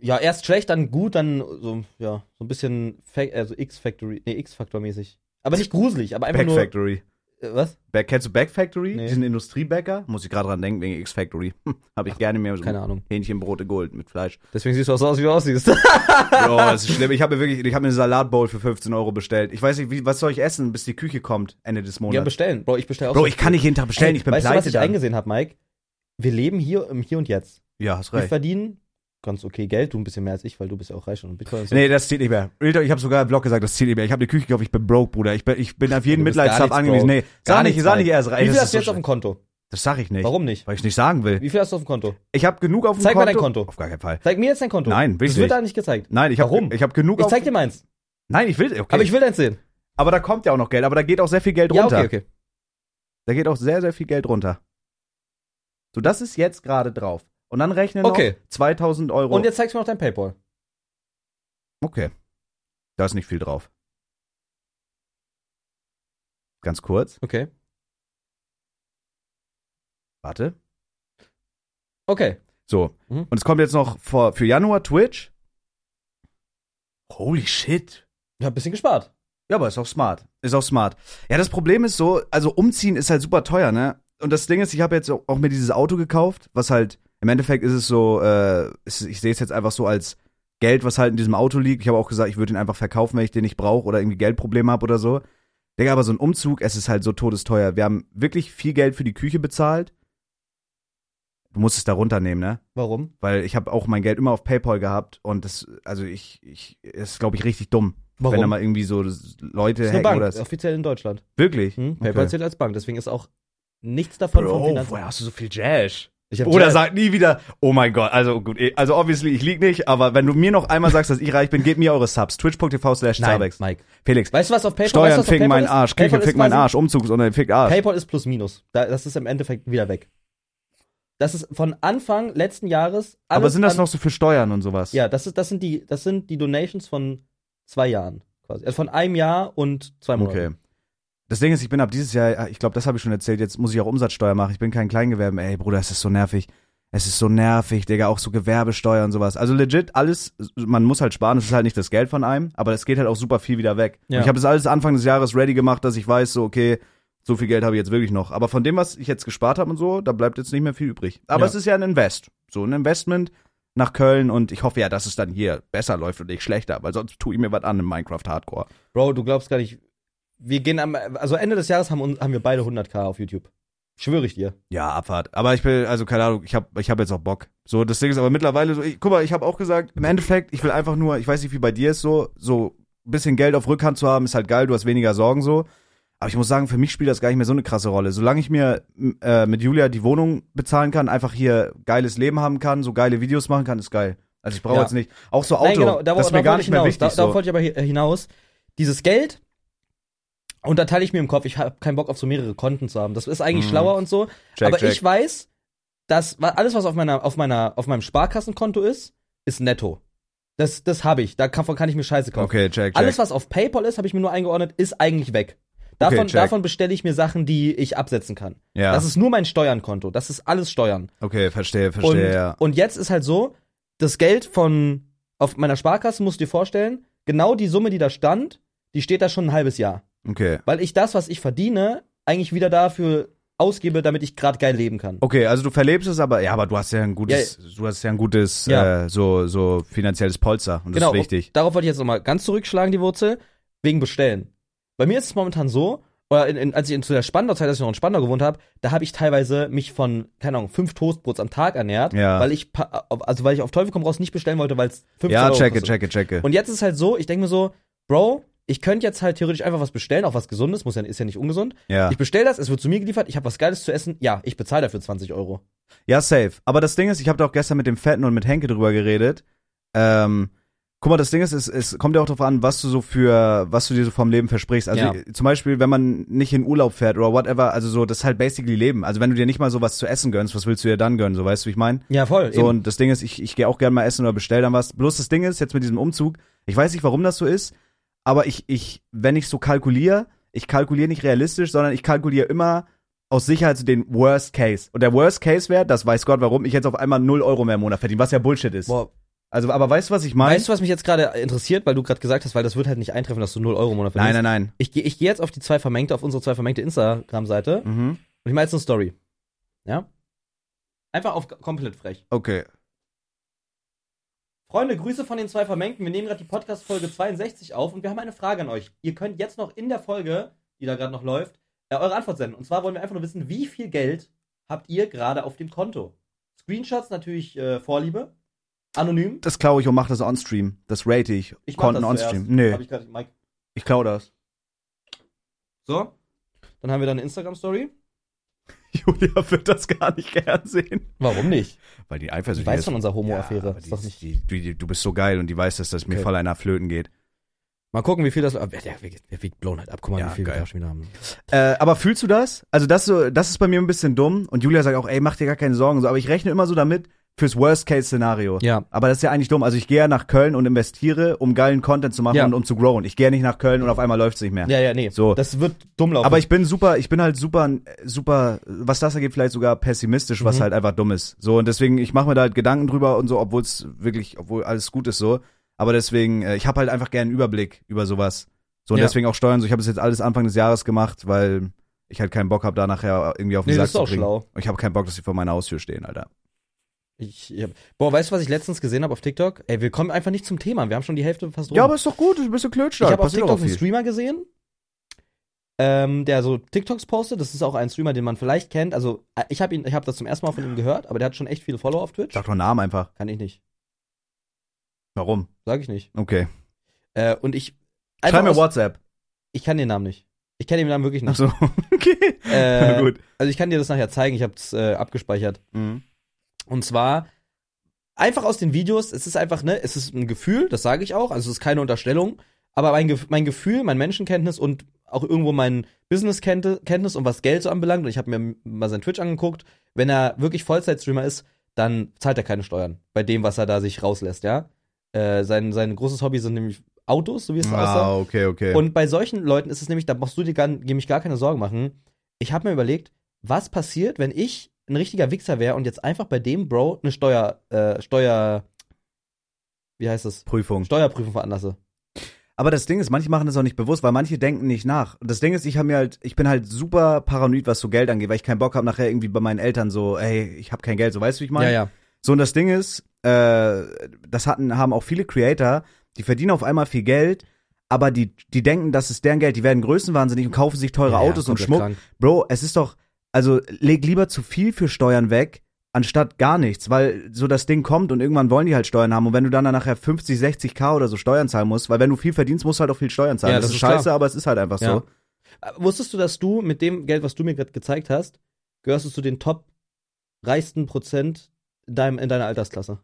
Ja, erst schlecht, dann gut, dann so, ja, so ein bisschen Fa also X-Factory, nee, X-Factor-mäßig. Aber nicht gruselig, aber einfach
Back
nur.
Factory.
Äh, was?
Back, kennst du Back Factory?
Nee.
Diesen Industriebäcker? Muss ich gerade dran denken, wegen X-Factory. Hm, habe ich gerne mehr so
Keine Ahnung.
Hähnchenbrote Gold mit Fleisch.
Deswegen siehst du auch so aus, wie du aussiehst.
Oh Ja, das ist schlimm. Ich habe mir wirklich, ich habe mir eine Salatbowl für 15 Euro bestellt. Ich weiß nicht, wie, was soll ich essen, bis die Küche kommt Ende des
ja,
Monats.
bestellen. Bro, ich bestell auch
Bro,
so
ich kann nicht jeden Tag bestellen.
Ey,
ich bin
weißt
pleite.
du, was ich
dann.
eingesehen habe, Mike? Wir leben hier im Hier und Jetzt.
ja, hast
Wir
recht.
verdienen ganz okay Geld, du ein bisschen mehr als ich, weil du bist ja auch reich und Bitcoin. und so.
Nee, das zählt nicht mehr. Real Talk, Ich habe sogar im Blog gesagt, das zählt nicht mehr. Ich habe eine Küche gekauft, ich bin broke, Bruder. Ich bin, ich bin auf jeden
Du bist gar
Mitleidstab
nichts
angewiesen.
broke.
Nee, sag nicht,
nichts
sag
rein.
nicht erst rein.
Wie viel
Das
hast
ist
du jetzt
so
auf dem Konto?
schlimm. Das sag ich nicht.
Warum nicht?
Weil ich nicht sagen will.
Wie viel hast du auf dem Konto?
Ich habe genug auf dem
Zeig
Konto.
mal dein Konto.
Auf gar keinen Fall.
Zeig mir jetzt dein Konto.
Nein, will ich
Das wird
nicht.
da nicht gezeigt.
Nein, ich
Warum?
habe ich hab genug
Ich
auf
zeig dir meins.
Nein, ich will okay.
Aber ich will deins sehen.
Aber da kommt ja auch noch Geld, aber da geht auch sehr viel Geld
Ja,
runter.
okay, okay.
Da geht auch sehr sehr viel Geld runter. So, das ist jetzt gerade drauf. Und dann rechnen
Okay.
noch 2000 Euro.
Und jetzt zeigst du mir noch dein Paypal.
Okay. Da ist nicht viel drauf. Ganz kurz.
Okay.
Warte.
Okay.
So.
Mhm.
Und es kommt jetzt noch vor, für Januar Twitch. Holy shit.
Ich hab ein bisschen gespart.
Ja, aber ist auch smart. Ist auch smart. Ja, das Problem ist so, also umziehen ist halt super teuer, ne? Und das Ding ist, ich habe jetzt auch auch mir dieses Auto gekauft, was halt, im Endeffekt ist es so, äh, es- ich sehe es jetzt einfach so als Geld, was halt in diesem Auto liegt. Ich habe auch gesagt, ich würde ihn einfach verkaufen, wenn ich den nicht brauche oder irgendwie Geldprobleme habe oder so. Digga, aber so ein Umzug, es ist halt so todesteuer. Wir haben wirklich viel Geld für die Küche bezahlt. Du musst es da runternehmen, ne?
Warum?
weil ich habe auch mein Geld immer auf PayPal gehabt und das, also ich, ich das ist glaube ich richtig dumm, wenn da
Warum?
mal irgendwie so das- Leute
ist eine
hacken
Bank,
oder so.
offiziell in Deutschland.
wirklich.
Hm? PayPal zählt als Bank, deswegen ist auch nichts davon vom
Bro,
Finanzamt.
woher hast du so viel Cash?
Ich hab
Oder
Jazz.
sag nie wieder, oh mein Gott, also gut, eh, also obviously ich lieg nicht, aber wenn du mir noch einmal sagst, dass ich reich bin, gebt mir eure Subs. Twitch.tv slash
Nein,
Starbucks.
Mike.
Felix,
Weißt du was auf PayPal? weißt du,
Steuern
was auf
ficken
PayPal
meinen
ist?
Arsch,
PayPal
Küche
ist
ficken meinen
quasi-
Arsch, Umzugsunternehmen fickt Arsch.
PayPal ist plus minus. Da, das ist im Endeffekt wieder weg. Das ist von Anfang letzten Jahres.
aber
alles
sind das
an-
noch so für Steuern und sowas?
Ja, das, ist, das, sind die, das sind die Donations von zwei Jahren quasi. Also von einem Jahr und zwei Monaten.
Okay. Das Ding ist, ich bin ab dieses Jahr, ah, ich glaube, das habe ich schon erzählt, jetzt muss ich auch Umsatzsteuer machen. Ich bin kein Kleingewerbe. Ey, Bruder, es ist so nervig. Es ist so nervig, Digga, auch so Gewerbesteuer und sowas. Also legit, alles, man muss halt sparen, es ist halt nicht das Geld von einem, aber es geht halt auch super viel wieder weg.
Ja.
Und ich habe das alles Anfang des Jahres ready gemacht, dass ich weiß, so, okay, so viel Geld habe ich jetzt wirklich noch. Aber von dem, was ich jetzt gespart habe und so, da bleibt jetzt nicht mehr viel übrig. Aber
Ja.
es ist ja ein Invest. So ein Investment nach Köln und ich hoffe ja, dass es dann hier besser läuft und nicht schlechter, weil sonst tue ich mir was an im Minecraft Hardcore.
Bro, du glaubst gar nicht. Wir gehen am. Also Ende des Jahres haben, uns- haben wir beide 100k auf YouTube. Schwöre ich dir.
Ja, Abfahrt. Aber ich will, also keine Ahnung, ich hab, ich hab jetzt auch Bock. So, das Ding ist aber mittlerweile so, ich, guck mal, ich habe auch gesagt, im Endeffekt, ich will einfach nur, ich weiß nicht, wie bei dir ist so, so ein bisschen Geld auf Rückhand zu haben, ist halt geil, du hast weniger Sorgen so. Aber ich muss sagen, für mich spielt das gar nicht mehr so eine krasse Rolle. Solange ich mir m- äh, mit Julia die Wohnung bezahlen kann, einfach hier geiles Leben haben kann, so geile Videos machen kann, ist geil. Also ich brauche
Ja. genau,
jetzt nicht. Auch so Auto,
da,
das ist
da
mir gar
wollte ich
nicht mehr
hinaus.
wichtig.
Da, Darauf
so.
wollte ich aber hi- äh, hinaus. Dieses Geld unterteile ich mir im Kopf. Ich habe keinen Bock auf so mehrere Konten zu haben. Das ist eigentlich
Mhm.
schlauer und so.
Check,
aber
check.
ich weiß, dass wa- alles, was auf meiner, auf meiner, auf meinem Sparkassenkonto ist, ist netto. Das, das habe ich. Da kann, kann ich mir Scheiße kaufen.
okay, check, check.
Alles, was auf PayPal ist, habe ich mir nur eingeordnet, ist eigentlich weg. Davon,
check.
davon bestelle ich mir Sachen, die ich absetzen kann.
ja,
Das ist nur mein Steuernkonto. Das ist alles Steuern.
okay, verstehe, verstehe,
und,
ja.
und jetzt ist halt so, das Geld von auf meiner Sparkasse musst du dir vorstellen, genau die Summe, die da stand, die steht da schon ein halbes Jahr.
Okay.
Weil ich das, was ich verdiene, eigentlich wieder dafür ausgebe, damit ich gerade geil leben kann.
Okay, also du verlebst es, aber ja, aber du hast ja ein gutes, du hast ja ein gutes
Ja.
Äh, so so finanzielles Polster und das
genau.
ist wichtig.
Darauf wollte ich jetzt nochmal ganz zurückschlagen, die Wurzel, wegen Bestellen. Bei mir ist es momentan so, oder in, in, als ich in, zu der Spandau-Zeit, als ich noch in Spandau gewohnt habe, da habe ich teilweise mich von, keine Ahnung, fünf Toastbrots am Tag ernährt,
Ja.
weil ich pa- also weil ich auf Teufel komm raus nicht bestellen wollte, weil es 15
Ja,
Euro
checke,
kostet.
checke, checke.
Und jetzt ist halt so, ich denke mir so, Bro, ich könnte jetzt halt theoretisch einfach was bestellen, auch was Gesundes, muss ja, ist ja nicht ungesund.
Ja.
Ich bestelle das, es wird zu mir geliefert, ich habe was Geiles zu essen, ja, ich bezahle dafür 20 Euro.
ja, safe. Aber das Ding ist, ich habe doch gestern mit dem Fetten und mit Henke drüber geredet. Ähm, guck mal, das Ding ist, es, es kommt ja auch darauf an, was du so für, was du dir so vom Leben versprichst. Also
Ja.
äh, zum Beispiel, wenn man nicht in Urlaub fährt oder whatever, also so, das ist halt basically Leben. Also wenn du dir nicht mal so was zu essen gönnst, was willst du dir dann gönnen? So, weißt du, wie ich meine?
Ja, voll.
So, und das Ding ist, ich, ich gehe auch gerne mal essen oder bestell dann was. Bloß das Ding ist, jetzt mit diesem Umzug, ich weiß nicht, warum das so ist, aber ich, ich, wenn ich so kalkuliere, ich kalkuliere nicht realistisch, sondern ich kalkuliere immer aus Sicherheit so den Worst Case. Und der Worst Case wäre, das weiß Gott, warum ich jetzt auf einmal 0 Euro mehr im Monat verdiene, was ja Bullshit ist.
Boah,
Also, aber weißt du, was ich meine?
Weißt du, was mich jetzt gerade interessiert, weil du gerade gesagt hast, weil das wird halt nicht eintreffen, dass du 0 Euro im Monat
Nein,
verdienst.
nein, nein.
Ich, geh- ich gehe jetzt auf die zwei vermengte, auf unsere zwei vermengte Instagram-Seite und
Mhm.
ich mache jetzt eine Story. Ja? Einfach auf komplett frech.
Okay.
Freunde, Grüße von den zwei Vermengten. Wir nehmen gerade die Podcast-Folge 62 auf und wir haben eine Frage an euch. Ihr könnt jetzt noch in der Folge, die da gerade noch läuft, äh, eure Antwort senden. Und zwar wollen wir einfach nur wissen, wie viel Geld habt ihr gerade auf dem Konto? Screenshots natürlich äh, Vorliebe. Anonym?
Das klaue ich und mache das on-stream. Das rate ich.
Ich mach
Konten
das zuerst.
on-stream. Nee,
Hab ich grad, Mike.
ich klaue das.
So. Dann haben wir dann eine Instagram-Story.
Julia wird das gar nicht gern sehen.
Warum nicht?
Weil die
Ich
eifersüchtig
weiß
ist.
von unserer
Ja,
Homo-Affäre.
aber
ist
die
doch
ist-
nicht.
die, die, die, du bist so geil und die weiß, dass das mir
Okay.
voll einer flöten geht.
Mal gucken, wie viel das. Ah, Der, der, der wiegt blown halt ab. Guck mal,
Ja,
wie viel
geil.
wir da schon wieder haben.
Äh, aber fühlst du das? Also das, so, das ist bei mir ein bisschen dumm. Und Julia sagt auch, ey, mach dir gar keine Sorgen. So, aber ich rechne immer so damit fürs Worst-Case-Szenario.
Ja.
Aber das ist ja eigentlich dumm. Also ich gehe ja nach Köln und investiere, um geilen Content zu machen
Ja.
und um zu growen. Ich gehe ja nicht nach Köln und auf einmal läuft's nicht mehr.
Ja, ja, nee.
So.
Das wird dumm laufen.
Aber ich bin super, ich bin halt super, super, was das angeht, vielleicht sogar pessimistisch, was
Mhm.
halt einfach dumm ist. So, und deswegen, ich mache mir da halt Gedanken drüber und so, obwohl es wirklich, obwohl alles gut ist so. Aber deswegen, äh, ich habe halt einfach gerne einen Überblick über sowas. So, und
Ja.
deswegen auch Steuern so. Ich habe es jetzt alles Anfang des Jahres gemacht, weil ich halt keinen Bock habe, da nachher irgendwie auf den
Nee,
Sack
das ist
zu
auch
kriegen.
schlau.
Und ich habe keinen Bock, dass sie vor meiner Haustür stehen, Alter.
Ich, ich hab, boah, weißt du, was ich letztens gesehen habe auf TikTok? Ey, wir kommen einfach nicht zum Thema. Wir haben schon die Hälfte fast rum.
Ja, aber ist doch gut, du bist so klötschlag.
ich habe auf
passiert doch
TikTok
auch
einen
viel.
Streamer gesehen, ähm, der so TikToks postet. Das ist auch ein Streamer, den man vielleicht kennt. Also äh, ich habe ihn, ich habe das zum ersten Mal von ihm gehört, aber der hat schon echt viele Follower auf Twitch.
Sag doch Namen einfach.
Kann ich nicht,
Warum?
sag ich nicht.
Okay.
Äh, und ich,
Schreib mir
aus-
WhatsApp.
ich kann den Namen nicht. Ich kenne den Namen wirklich
Ach
nicht.
so. okay.
Äh,
Na gut.
Also ich kann dir das nachher zeigen. Ich habe es äh, abgespeichert.
Mhm.
Und zwar einfach aus den Videos, es ist einfach, ne, es ist ein Gefühl, das sage ich auch, also es ist keine Unterstellung, aber mein, Gef- mein Gefühl, mein Menschenkenntnis und auch irgendwo mein Business-Kenntnis und was Geld so anbelangt, und ich habe mir mal sein Twitch angeguckt, wenn er wirklich Vollzeitstreamer ist, dann zahlt er keine Steuern bei dem, was er da sich rauslässt, ja. Äh, sein, sein großes Hobby sind nämlich Autos, so wie es da aussah.
Ah, okay, okay.
Und bei solchen Leuten ist es nämlich, da brauchst du dir gar, dir mich gar keine Sorgen machen. Ich habe mir überlegt, was passiert, wenn ich ein richtiger Wichser wäre und jetzt einfach bei dem Bro eine Steuer, äh, Steuer, wie heißt das?
Prüfung.
Steuerprüfung veranlasse.
Aber das Ding ist, manche machen das auch nicht bewusst, weil manche denken nicht nach. Und das Ding ist, ich habe mir halt, ich bin halt super paranoid, was so Geld angeht, weil ich keinen Bock habe nachher irgendwie bei meinen Eltern so, ey, ich habe kein Geld, so weißt du, wie ich meine?
ja.
So und das Ding ist, äh, das hatten haben auch viele Creator, die verdienen auf einmal viel Geld, aber die die denken, das ist deren Geld, die werden größenwahnsinnig und kaufen sich teure
Ja, ja,
Autos und
komplett
Schmuck.
krank.
Bro, es ist doch, also leg lieber zu viel für Steuern weg, anstatt gar nichts, weil so das Ding kommt und irgendwann wollen die halt Steuern haben und wenn du dann nachher 50, 60 K oder so Steuern zahlen musst, weil wenn du viel verdienst, musst du halt auch viel Steuern zahlen.
Ja,
das,
das
ist
ist
scheiße,
klar.
aber es ist halt einfach
Ja.
so.
Aber Äh, Wusstest du, dass du mit dem Geld, was du mir gerade gezeigt hast, gehörst du zu den top reichsten Prozent in, deinem, in deiner Altersklasse?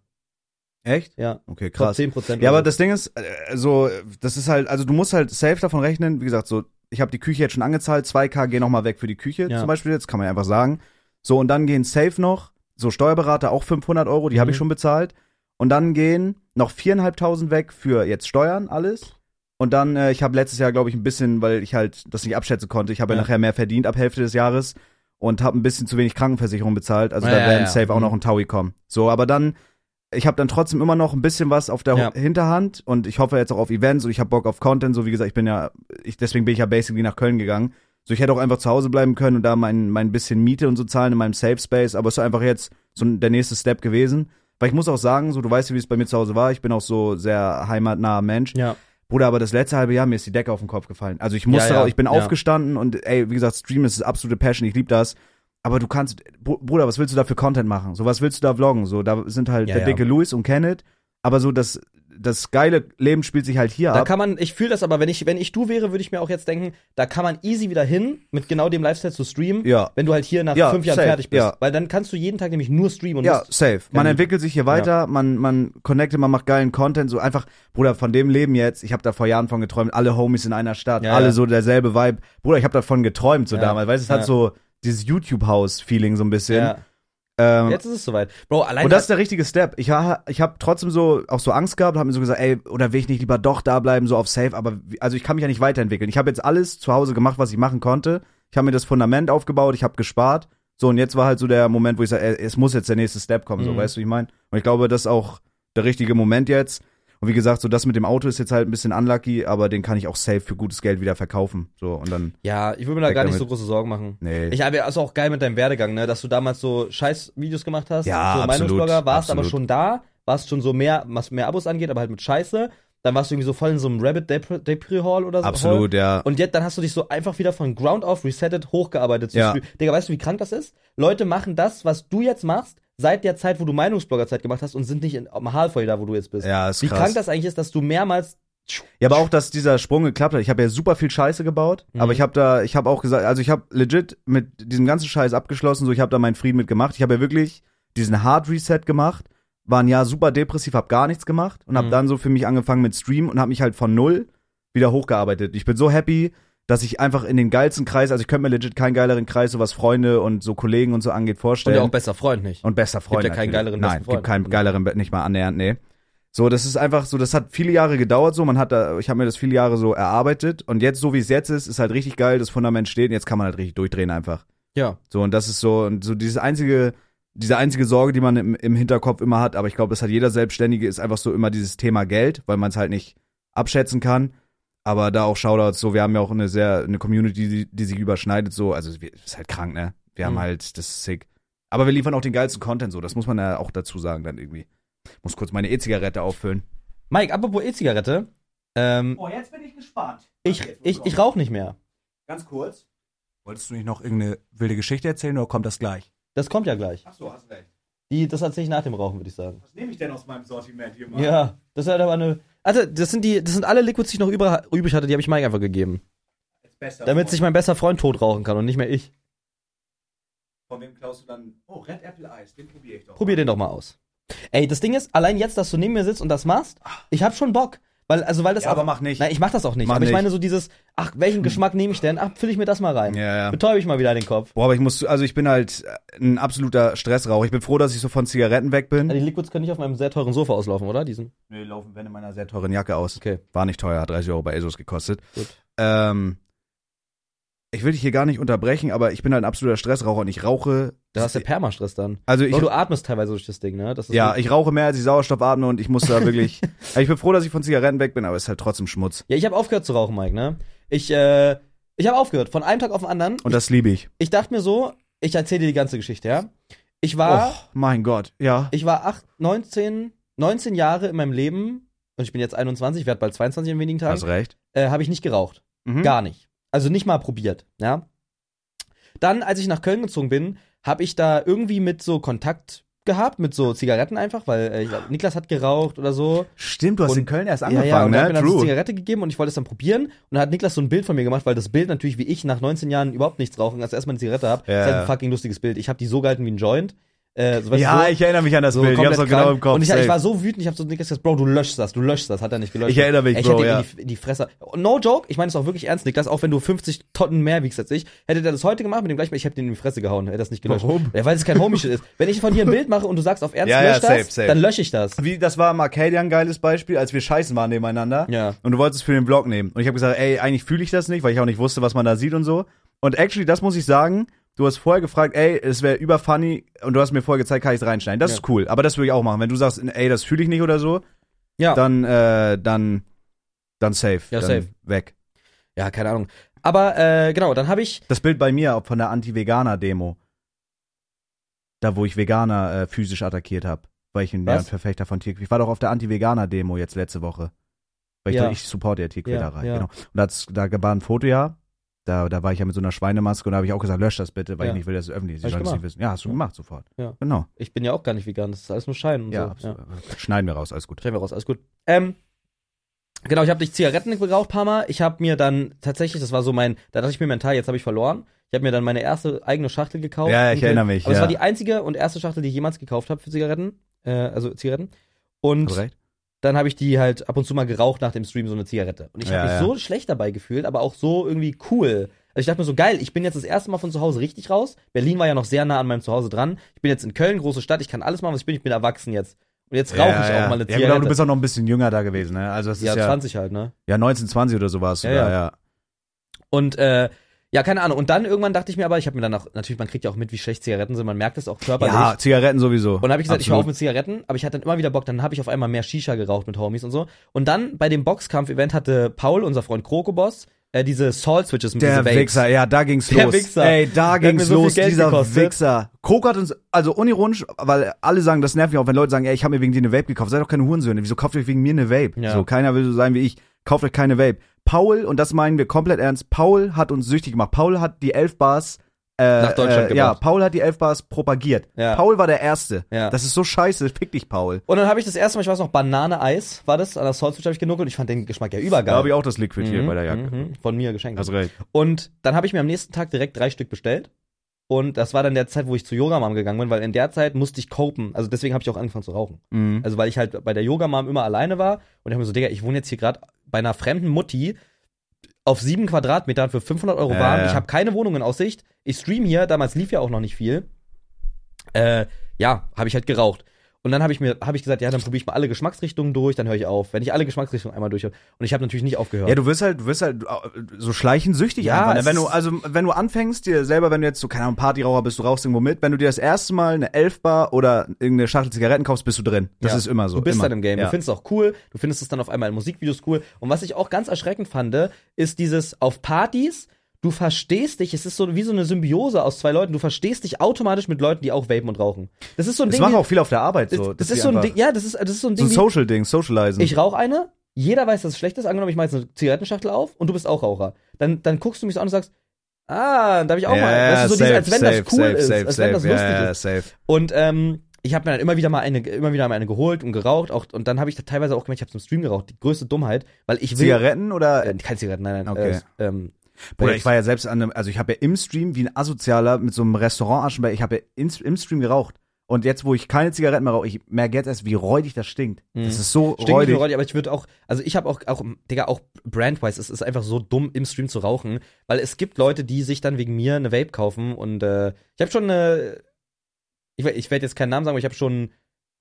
Echt?
Ja.
Okay,
Top
krass.
10 Prozent.
Ja, aber das Ding ist, äh, so, das ist halt, also du musst halt safe davon rechnen, wie gesagt, so, ich habe die Küche jetzt schon angezahlt, 2K gehen nochmal weg für die Küche
Ja.
zum Beispiel, jetzt kann man ja einfach sagen. So, und dann gehen safe noch, so Steuerberater auch 500 Euro, die hab habe ich
Mhm.
schon bezahlt. Und dann gehen noch 4.500 weg für jetzt Steuern, alles. Und dann, äh, ich habe letztes Jahr, glaube ich, ein bisschen, weil ich halt das nicht abschätzen konnte, ich habe ja.
Ja.
nachher mehr verdient ab Hälfte des Jahres und habe ein bisschen zu wenig Krankenversicherung bezahlt. Also
Ja,
da
ja,
werden
ja.
safe auch
Mhm.
noch ein Taui kommen. So, aber dann ich habe dann trotzdem immer noch ein bisschen was auf der
Ja.
Hinterhand und ich hoffe jetzt auch auf Events und ich habe Bock auf Content. So wie gesagt, ich bin ja, ich, deswegen bin ich ja basically nach Köln gegangen. So ich hätte auch einfach zu Hause bleiben können und da mein, mein bisschen Miete und so zahlen in meinem Safe Space, aber es ist einfach jetzt so der nächste Step gewesen. Weil ich muss auch sagen, so du weißt ja, wie es bei mir zu Hause war. Ich bin auch so sehr heimatnaher Mensch.
Ja.
Bruder, aber das letzte halbe Jahr mir ist die Decke auf den Kopf gefallen. Also ich musste,
Ja, ja,
auch- ich bin
ja.
aufgestanden und ey, wie gesagt, Stream ist das absolute Passion, ich liebe das. Aber du kannst, Br- Bruder, was willst du da für Content machen? So, was willst du da vloggen? So, da sind halt
Ja,
der
ja.
dicke Louis und Kenneth. Aber so, das, das geile Leben spielt sich halt hier
Da
ab.
kann man, ich fühle das aber, wenn ich, wenn ich du wäre, würde ich mir auch jetzt denken, da kann man easy wieder hin, mit genau dem Lifestyle zu streamen,
Ja.
wenn du halt hier nach
Ja,
fünf Jahren
safe,
fertig bist.
ja.
Weil dann kannst du jeden Tag nämlich nur streamen und
Ja,
musst-
safe. Man
Ja.
entwickelt sich hier weiter, man, man connectet, man macht geilen Content, so einfach, Bruder, von dem Leben jetzt, ich habe da vor Jahren von geträumt, alle Homies in einer Stadt,
Ja,
alle
ja.
so derselbe Vibe. Bruder, ich habe davon geträumt, so
Ja.
damals, weißt du, es hat
Ja.
so dieses YouTube-House-Feeling so ein bisschen.
ja.
Ähm,
Jetzt ist es soweit. Bro, allein
Und das ist der richtige Step. Ich, ha- ich habe trotzdem so auch so Angst gehabt, habe mir so gesagt, ey, oder will ich nicht lieber doch da bleiben, so auf safe, aber wie- also ich kann mich ja nicht weiterentwickeln. Ich habe jetzt alles zu Hause gemacht, was ich machen konnte. Ich habe mir das Fundament aufgebaut, ich habe gespart. So und jetzt war halt so der Moment, wo ich sage, es muss jetzt der nächste Step kommen, so,
Mhm.
weißt du, wie ich meine? Und ich glaube, das ist auch der richtige Moment jetzt. Und wie gesagt, so das mit dem Auto ist jetzt halt ein bisschen unlucky, aber den kann ich auch safe für gutes Geld wieder verkaufen, so und dann
ja, ich würde mir da
Weg
gar nicht
damit.
so große Sorgen machen.
nee.
Ich habe ja also auch geil mit deinem Werdegang, ne, dass du damals so scheiß Videos gemacht hast,
Ja,
so
absolut,
Meinungsblogger, warst
absolut.
aber schon da, warst schon so mehr, was mehr Abos angeht, aber halt mit Scheiße. Dann warst du irgendwie so voll in so einem Rabbit Depri Depri Hall oder so. Hall.
absolut, ja.
Und jetzt, dann hast du dich so einfach wieder von Ground auf resettet, hochgearbeitet. zu
Ja.
Stream. Digga, weißt du, wie krank das ist? Leute machen das, was du jetzt machst, seit der Zeit, wo du Meinungsbloggerzeit gemacht hast und sind nicht in Halfway da, wo du jetzt bist.
Ja, ist
Wie
krass.
krank das eigentlich ist, dass du mehrmals
Ja, aber auch, dass dieser Sprung geklappt hat. Ich habe ja super viel Scheiße gebaut,
Mhm.
aber ich habe da, ich habe auch gesagt, also ich habe legit mit diesem ganzen Scheiß abgeschlossen, so ich habe da meinen Frieden mit gemacht. Ich habe ja wirklich diesen Hard Reset gemacht, war ein Jahr super depressiv, habe gar nichts gemacht und habe
Mhm.
dann so für mich angefangen mit Stream und habe mich halt von null wieder hochgearbeitet. Ich bin so happy, dass ich einfach in den geilsten Kreis, also ich könnte mir legit keinen geileren Kreis, so was Freunde und so Kollegen und so angeht,
und
vorstellen.
ja auch bester Freund nicht.
Und bester Freund.
ja keinen
natürlich.
geileren
Nein,
besten
gibt
Freund.
keinen geileren, Be- nicht mal annähernd, nee. So, das ist einfach so, das hat viele Jahre gedauert, so, man hat da, ich habe mir das viele Jahre so erarbeitet und jetzt, so wie es jetzt ist, ist halt richtig geil, das Fundament steht und jetzt kann man halt richtig durchdrehen einfach.
Ja.
So, und das ist so, und so dieses einzige, diese einzige Sorge, die man im, im Hinterkopf immer hat, aber ich glaube, das hat jeder Selbstständige, ist einfach so immer dieses Thema Geld, weil man es halt nicht abschätzen kann. Aber da auch Shoutouts, so, wir haben ja auch eine sehr, eine Community, die, die sich überschneidet, so, also wir, ist halt krank, ne? Wir haben
Mhm.
halt, das ist sick. Aber wir liefern auch den geilsten Content, so, das muss man ja auch dazu sagen dann irgendwie. Muss kurz meine E-Zigarette auffüllen.
Mike, apropos E-Zigarette, ähm,
Oh, jetzt bin ich gespannt.
ich, ich, ich rauche nicht mehr.
Ganz kurz. Wolltest du nicht noch irgendeine wilde Geschichte erzählen oder kommt das gleich?
Das kommt ja gleich.
Ach so, hast recht.
Die, das erzähle ich nach dem Rauchen, würde ich sagen.
Was nehme ich denn aus meinem Sortiment hier
Ja, das ist halt aber eine. Also, das sind die, das sind alle Liquids, die ich noch über, übrig hatte, die habe ich Mike einfach gegeben. Damit sich mein bester Freund tot rauchen kann und nicht mehr ich.
Von wem klaust du dann? Oh, Red Apple Eis, den probiere ich doch.
Probier den doch mal aus. Ey, das Ding ist, allein jetzt, dass du neben mir sitzt und das machst, ich hab schon Bock. Weil, also, weil das
Ja, aber mach nicht.
Nein, ich mach das auch nicht.
Mach
aber ich
nicht.
meine so dieses, ach, welchen Geschmack nehme ich denn? Ach, fülle ich mir das mal rein.
Ja, ja.
Betäube ich mal wieder den Kopf.
Boah, aber ich muss, also ich bin halt äh, ein absoluter Stressrauch. Ich bin froh, dass ich so von Zigaretten weg
Ja,
bin.
die Liquids können nicht auf meinem sehr teuren Sofa auslaufen, oder? Diesen.
Nee, laufen wenn in meiner sehr teuren Jacke aus.
Okay.
War nicht teuer, hat 30 Euro bei ASOS gekostet.
Gut.
Ähm, ich will dich hier gar nicht unterbrechen, aber ich bin halt ein absoluter Stressraucher und ich rauche.
Da hast du Permastress dann.
also ich,
Aber du atmest teilweise durch das Ding, ne? Das ist
ja, ich rauche mehr als ich Sauerstoff atme und ich muss da wirklich. Also ich bin froh, dass ich von Zigaretten weg bin, aber es ist halt trotzdem Schmutz.
Ja, ich habe aufgehört zu rauchen, Mike, ne? Ich, äh, ich habe aufgehört. Von einem Tag auf den anderen.
Und das liebe ich.
Ich dachte mir so, ich erzähle dir die ganze Geschichte, ja? Ich war,
Oh, mein Gott, ja.
ich war acht, 19, 19 Jahre in meinem Leben und ich bin jetzt 21, werde bald 22 in wenigen Tagen,
Hast recht.
äh, habe ich nicht geraucht.
Mhm.
Gar nicht. Also nicht mal probiert, ja? Dann, als ich nach Köln gezogen bin, habe ich da irgendwie mit so Kontakt gehabt, mit so Zigaretten einfach, weil äh, ich glaub, Niklas hat geraucht oder so.
Stimmt, du hast
Und-
in Köln erst
ja, ja, und
angefangen,
er hat mir
ne?
dann so eine
True.
Zigarette gegeben und ich wollte es dann probieren. Und dann hat Niklas so ein Bild von mir gemacht, weil das Bild natürlich wie ich nach 19 Jahren überhaupt nichts rauchen, als erstmal eine Zigarette hab.
Ja.
Ist halt ein fucking lustiges Bild. Ich habe die so gehalten wie ein Joint. Äh, so, weißt du,
Ja,
so,
ich erinnere mich an das
so
Bild. Ich hab's
komplett
auch genau
krank.
im Kopf.
Und ich, ich
safe.
war so wütend, ich habe so Niklas gesagt, Bro, du löschst das, du löschst das. Hat er nicht gelöscht.
Ich erinnere mich,
Ey, ich
Bro,
hätte
ja.
ihm in die, in die Fresse. Und no joke, ich meine es auch wirklich ernst, Niklas, auch wenn du 50 Tonnen mehr wiegst als ich, hätte der das heute gemacht mit dem gleichen, ich hätte ihn in die Fresse gehauen, hätte das nicht gelöscht.
Warum?
Ja, weil es kein Homie-Shit ist. Wenn ich von dir ein Bild mache und du sagst auf Ernst,
Ja, ja,
lösch
safe,
das,
safe.
dann lösche ich das.
Wie, das war im Arcadia ein geiles Beispiel, als wir scheißen waren nebeneinander.
Ja.
Und du wolltest es für den Vlog nehmen. Und ich habe gesagt, ey, eigentlich fühle ich das nicht, weil ich auch nicht wusste, was man da sieht und so. Und actually, das muss ich sagen, du hast vorher gefragt, ey, es wäre über funny und du hast mir vorher gezeigt, kann ich es reinschneiden. Das
Ja.
ist cool. Aber das würde ich auch machen. Wenn du sagst, ey, das fühle ich nicht oder so,
Ja.
dann, äh, dann, dann safe.
Ja,
dann
safe.
Weg.
Ja, keine Ahnung. Aber äh, genau, dann habe ich
Das Bild bei mir auch von der Anti-Veganer-Demo. Da, wo ich Veganer äh, physisch attackiert habe. Weil ich ein
Was?
ja, ein Verfechter von Tierquälerei Ich war doch auf der Anti-Veganer-Demo jetzt letzte Woche. Weil ich,
Ja.
doch- ich support ja Tierquälerei.
Ja, ja.
Genau. Und da hat's- da war ein Foto ja. Da, da war ich ja mit so einer Schweinemaske und da habe ich auch gesagt, lösch das bitte, weil
Ja.
ich nicht will, dass es öffentlich ist.
Hab
Ich
ich
soll das nicht
gemacht.
wissen. Ja, hast du
Ja.
gemacht sofort.
Ja.
Genau.
Ich bin ja auch gar nicht vegan, das ist alles nur Schein und
Ja,
so.
absolut. Schneiden wir raus, alles gut.
Schreiben wir raus, alles gut. Ähm, genau, ich habe dich Zigaretten geraucht paar Mal. Ich habe mir dann tatsächlich, das war so mein, da dachte ich mir mental, jetzt habe ich verloren. Ich habe mir dann meine erste eigene Schachtel gekauft.
Ja, ja, ich
Und, äh,
erinnere mich,
Aber es
ja.
war die einzige und erste Schachtel, die ich jemals gekauft habe für Zigaretten. Äh, also Zigaretten. Und
Korrekt?
dann habe ich die halt ab und zu mal geraucht nach dem Stream, so eine Zigarette. Und ich
Ja,
habe mich
ja.
so schlecht dabei gefühlt, aber auch so irgendwie cool. Also ich dachte mir so, geil, ich bin jetzt das erste Mal von zu Hause richtig raus. Berlin war ja noch sehr nah an meinem Zuhause dran. Ich bin jetzt in Köln, große Stadt, ich kann alles machen, was ich bin, ich bin erwachsen jetzt. Und jetzt rauche ich auch mal eine
ja, gut,
Zigarette.
aber du bist auch noch ein bisschen jünger da gewesen, ne? Also das ist
ja,
ja, ja,
20 halt, ne?
19, 20 oder so warst du
Ja,
da,
ja.
ja.
Und äh, ja, keine Ahnung. Und dann irgendwann dachte ich mir aber, ich habe mir dann auch, natürlich, man kriegt ja auch mit, wie schlecht Zigaretten sind, man merkt es auch körperlich.
Ja, Zigaretten sowieso.
Und dann habe ich gesagt, ich höre
Absolut.
auf mit Zigaretten, aber ich hatte dann immer wieder Bock, dann habe ich auf einmal mehr Shisha geraucht mit Homies und so. Und dann bei dem Boxkampf-Event hatte Paul, unser Freund Krokoboss, äh, diese Salt-Switches mit
Der
diese Vapes.
Wichser, ja, da ging's
Der
los.
Wichser.
Ey, da
Der hat
ging's
mir so viel
los,
Geld
dieser
gekostet.
Wichser. Coke hat uns, also unironisch, weil alle sagen, das nervt mich auch, wenn Leute sagen, ey, ich habe mir wegen dir eine Vape gekauft. Seid doch keine Hurensöhne. Wieso kauft ihr euch wegen mir eine Vape?
Ja.
So, keiner will so sein wie ich. Kauft euch keine Vape. Paul, und das meinen wir komplett ernst, Paul hat uns süchtig gemacht. Paul hat die elf Bars äh, äh,
Nach Deutschland
äh, Ja,
gebracht.
Paul hat die Elfbars propagiert.
Ja.
Paul war der Erste.
Ja.
Das ist so scheiße, fick dich, Paul.
Und dann habe ich das erste Mal, ich weiß noch, Banane-Eis war das, an der Salzwitch habe ich genuckelt. Ich fand den Geschmack ja
Da habe
übergeil.
ich auch das Liquid hier
Mhm,
bei der Also Jacke.
mhm, von mir geschenkt.
Hast recht.
Und dann habe ich mir am nächsten Tag direkt drei Stück bestellt. Und das war dann der Zeit, wo ich zu Yoga Mom gegangen bin, weil in der Zeit musste ich copen. Also deswegen habe ich auch angefangen zu rauchen.
Mhm.
Also weil ich halt bei der Yoga Mom immer alleine war und ich habe mir so, Digga, ich wohne jetzt hier gerade bei einer fremden Mutti auf sieben Quadratmetern für 500 Euro
Ja,
warm.
ja.
Ich habe keine Wohnung in Aussicht. Ich stream hier. Damals lief ja auch noch nicht viel. Äh, ja, habe ich halt geraucht. Und dann habe ich mir, habe ich gesagt, ja, dann probiere ich mal alle Geschmacksrichtungen durch, dann höre ich auf. Wenn ich alle Geschmacksrichtungen einmal durch habe. Und ich habe natürlich nicht aufgehört.
Ja, du wirst halt, du wirst halt äh, so schleichend süchtig
Ja,
einfach. Ne?
es
Wenn du,
ist-
also, wenn du anfängst, dir selber, wenn du jetzt so, keine Ahnung, Partyraucher bist, du rauchst irgendwo mit, wenn du dir das erste Mal eine Elfbar oder irgendeine Schachtel Zigaretten kaufst, bist du drin. Das
Ja.
ist immer so.
Du bist
immer.
dann im Game.
Ja.
Du findest es auch cool. Du findest es dann auf einmal in Musikvideos cool. Und was ich auch ganz erschreckend fand, ist dieses auf Partys, du verstehst dich, es ist so wie so eine Symbiose aus zwei Leuten. Du verstehst dich automatisch mit Leuten, die auch vapen und rauchen. Das ist so ein
das
Ding.
machen
wie-
auch viel auf der Arbeit
das,
so.
das
dass
ist
die
so ein
einfach-
Ding. Ja, das ist, das ist so ein
So
Ding.
ein
wie-
Social-Ding, Socializen.
ich rauche eine, jeder weiß, dass es schlecht ist. Angenommen, ich mache jetzt eine Zigarettenschachtel auf und du bist auch Raucher. Dann, dann guckst du mich so an und sagst, ah, darf ich auch
ja,
mal. Weißt du, so dieses, als wenn
safe,
das cool
safe,
ist,
safe,
als
safe,
wenn das lustig
ja,
ist.
ja, safe.
Und ähm, ich habe mir dann immer wieder mal eine, immer wieder mal eine geholt und geraucht. Auch, und dann habe ich da teilweise auch gemerkt, ich habe zum Stream geraucht. Die größte Dummheit, weil ich will.
Zigaretten oder
Äh, keine Zigaretten, nein, nein.
Okay.
Äh, ähm,
Bruder,
Babes.
ich war ja selbst an einem, also ich habe ja im Stream wie ein Asozialer mit so einem Restaurant Aschenberg, ich habe ja ins, im Stream geraucht. Und jetzt, wo ich keine Zigaretten mehr rauche, ich merke jetzt erst, wie räudig das stinkt. Das ist so
Mhm. Stinkt nicht
räudig.
nur räudig, aber ich würde auch, also ich habe auch, auch, Digga, auch brandwise, es ist einfach so dumm, im Stream zu rauchen, weil es gibt Leute, die sich dann wegen mir eine Vape kaufen und äh, ich habe schon eine, ich, we- ich werde jetzt keinen Namen sagen, aber ich habe schon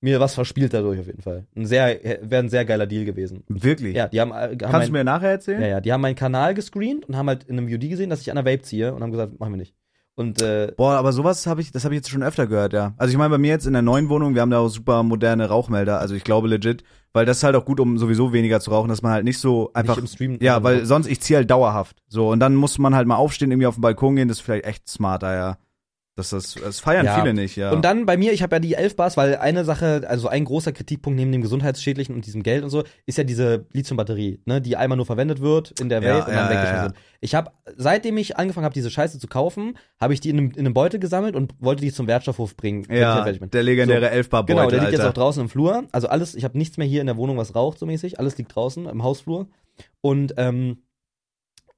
mir was verspielt dadurch auf jeden Fall. Ein sehr, wäre ein sehr geiler Deal gewesen.
Wirklich.
Ja, die haben, äh, haben
Kannst
mein-
du mir nachher erzählen?
Ja, ja, die haben meinen Kanal gescreent und haben halt in einem UD gesehen, dass ich an der Vape ziehe und haben gesagt, machen wir nicht. Und äh,
Boah, aber sowas habe ich, das habe ich jetzt schon öfter gehört, ja. Also ich meine, bei mir jetzt in der neuen Wohnung, wir haben da auch super moderne Rauchmelder, also ich glaube legit, weil das ist halt auch gut, um sowieso weniger zu rauchen, dass man halt nicht so einfach.
im Stream-
ja, weil sonst ich ziehe halt dauerhaft. So, und dann muss man halt mal aufstehen, irgendwie auf den Balkon gehen, das ist vielleicht echt smarter, ja. Das, das, das feiern
Ja.
viele nicht, ja.
und dann bei mir, ich habe ja die elf Bars, weil eine Sache, also ein großer Kritikpunkt neben dem gesundheitsschädlichen und diesem Geld und so, ist ja diese Lithiumbatterie, ne, die einmal nur verwendet wird in der
Ja,
Welt und
ja,
dann weggeschmissen
ja, ja.
wird. Ich habe, seitdem ich angefangen habe, diese Scheiße zu kaufen, habe ich die in einem, in einem Beutel gesammelt und wollte die zum Wertstoffhof bringen. wenn ich dann
ja,
fertig bin.
der legendäre
So.
Elfbar-Beutel,
Genau, der liegt jetzt
Alter.
auch draußen im Flur. Also alles, ich habe nichts mehr hier in der Wohnung, was raucht so mäßig. Alles liegt draußen im Hausflur. Und ähm,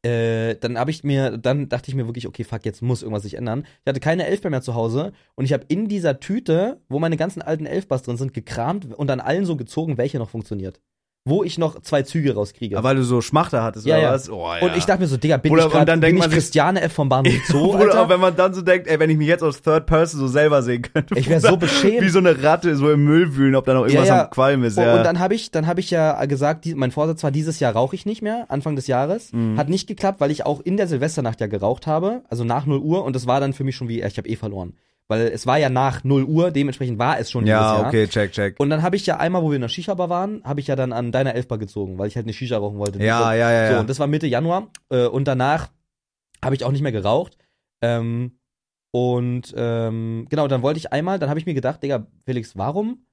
äh, dann habe ich mir, dann dachte ich mir wirklich, okay, fuck, jetzt muss irgendwas sich ändern. Ich hatte keine Elfbar mehr zu Hause und ich habe in dieser Tüte, wo meine ganzen alten Elfbars drin sind, gekramt und an allen so gezogen, welche noch funktioniert. Wo ich noch zwei Züge rauskriege.
Aber weil du so Schmachter hattest,
Ja,
oder
ja.
was? Oh, ja.
und ich dachte mir so, Digga, bin
Bruder,
ich
und dann
gerade,
denkt
bin ich
man sich-
Christiane F. vom Bahnhof Zoo,
Bruder, auch
Alter?
wenn man dann so denkt, ey, wenn ich mich jetzt aus Third Person so selber sehen könnte.
Ich wär so beschämt.
Wie so eine Ratte so im Müll wühlen, ob da noch irgendwas am Qualm ist,
Oh, Und-
ja.
Und dann habe ich, dann habe ich ja gesagt, die, mein Vorsatz war, dieses Jahr rauche ich nicht mehr, Anfang des Jahres.
Mhm.
Hat nicht geklappt, weil ich auch in der Silvesternacht ja geraucht habe, also nach 0 Uhr. Und das war dann für mich schon wie, ich habe eh verloren. Weil es war ja nach 0 Uhr, dementsprechend war es schon dieses
ja,
Jahr.
okay, check, check.
Und dann habe ich ja einmal, wo wir in der Shisha-Bar waren, habe ich ja dann an deiner Elfbar gezogen, weil ich halt eine Shisha rauchen wollte.
Ja, ja, ja,
So,
ja.
und das war Mitte Januar. Äh, und danach habe ich auch nicht mehr geraucht. Ähm, und ähm, genau, dann wollte ich einmal, dann habe ich mir gedacht, Digga, Felix, warum,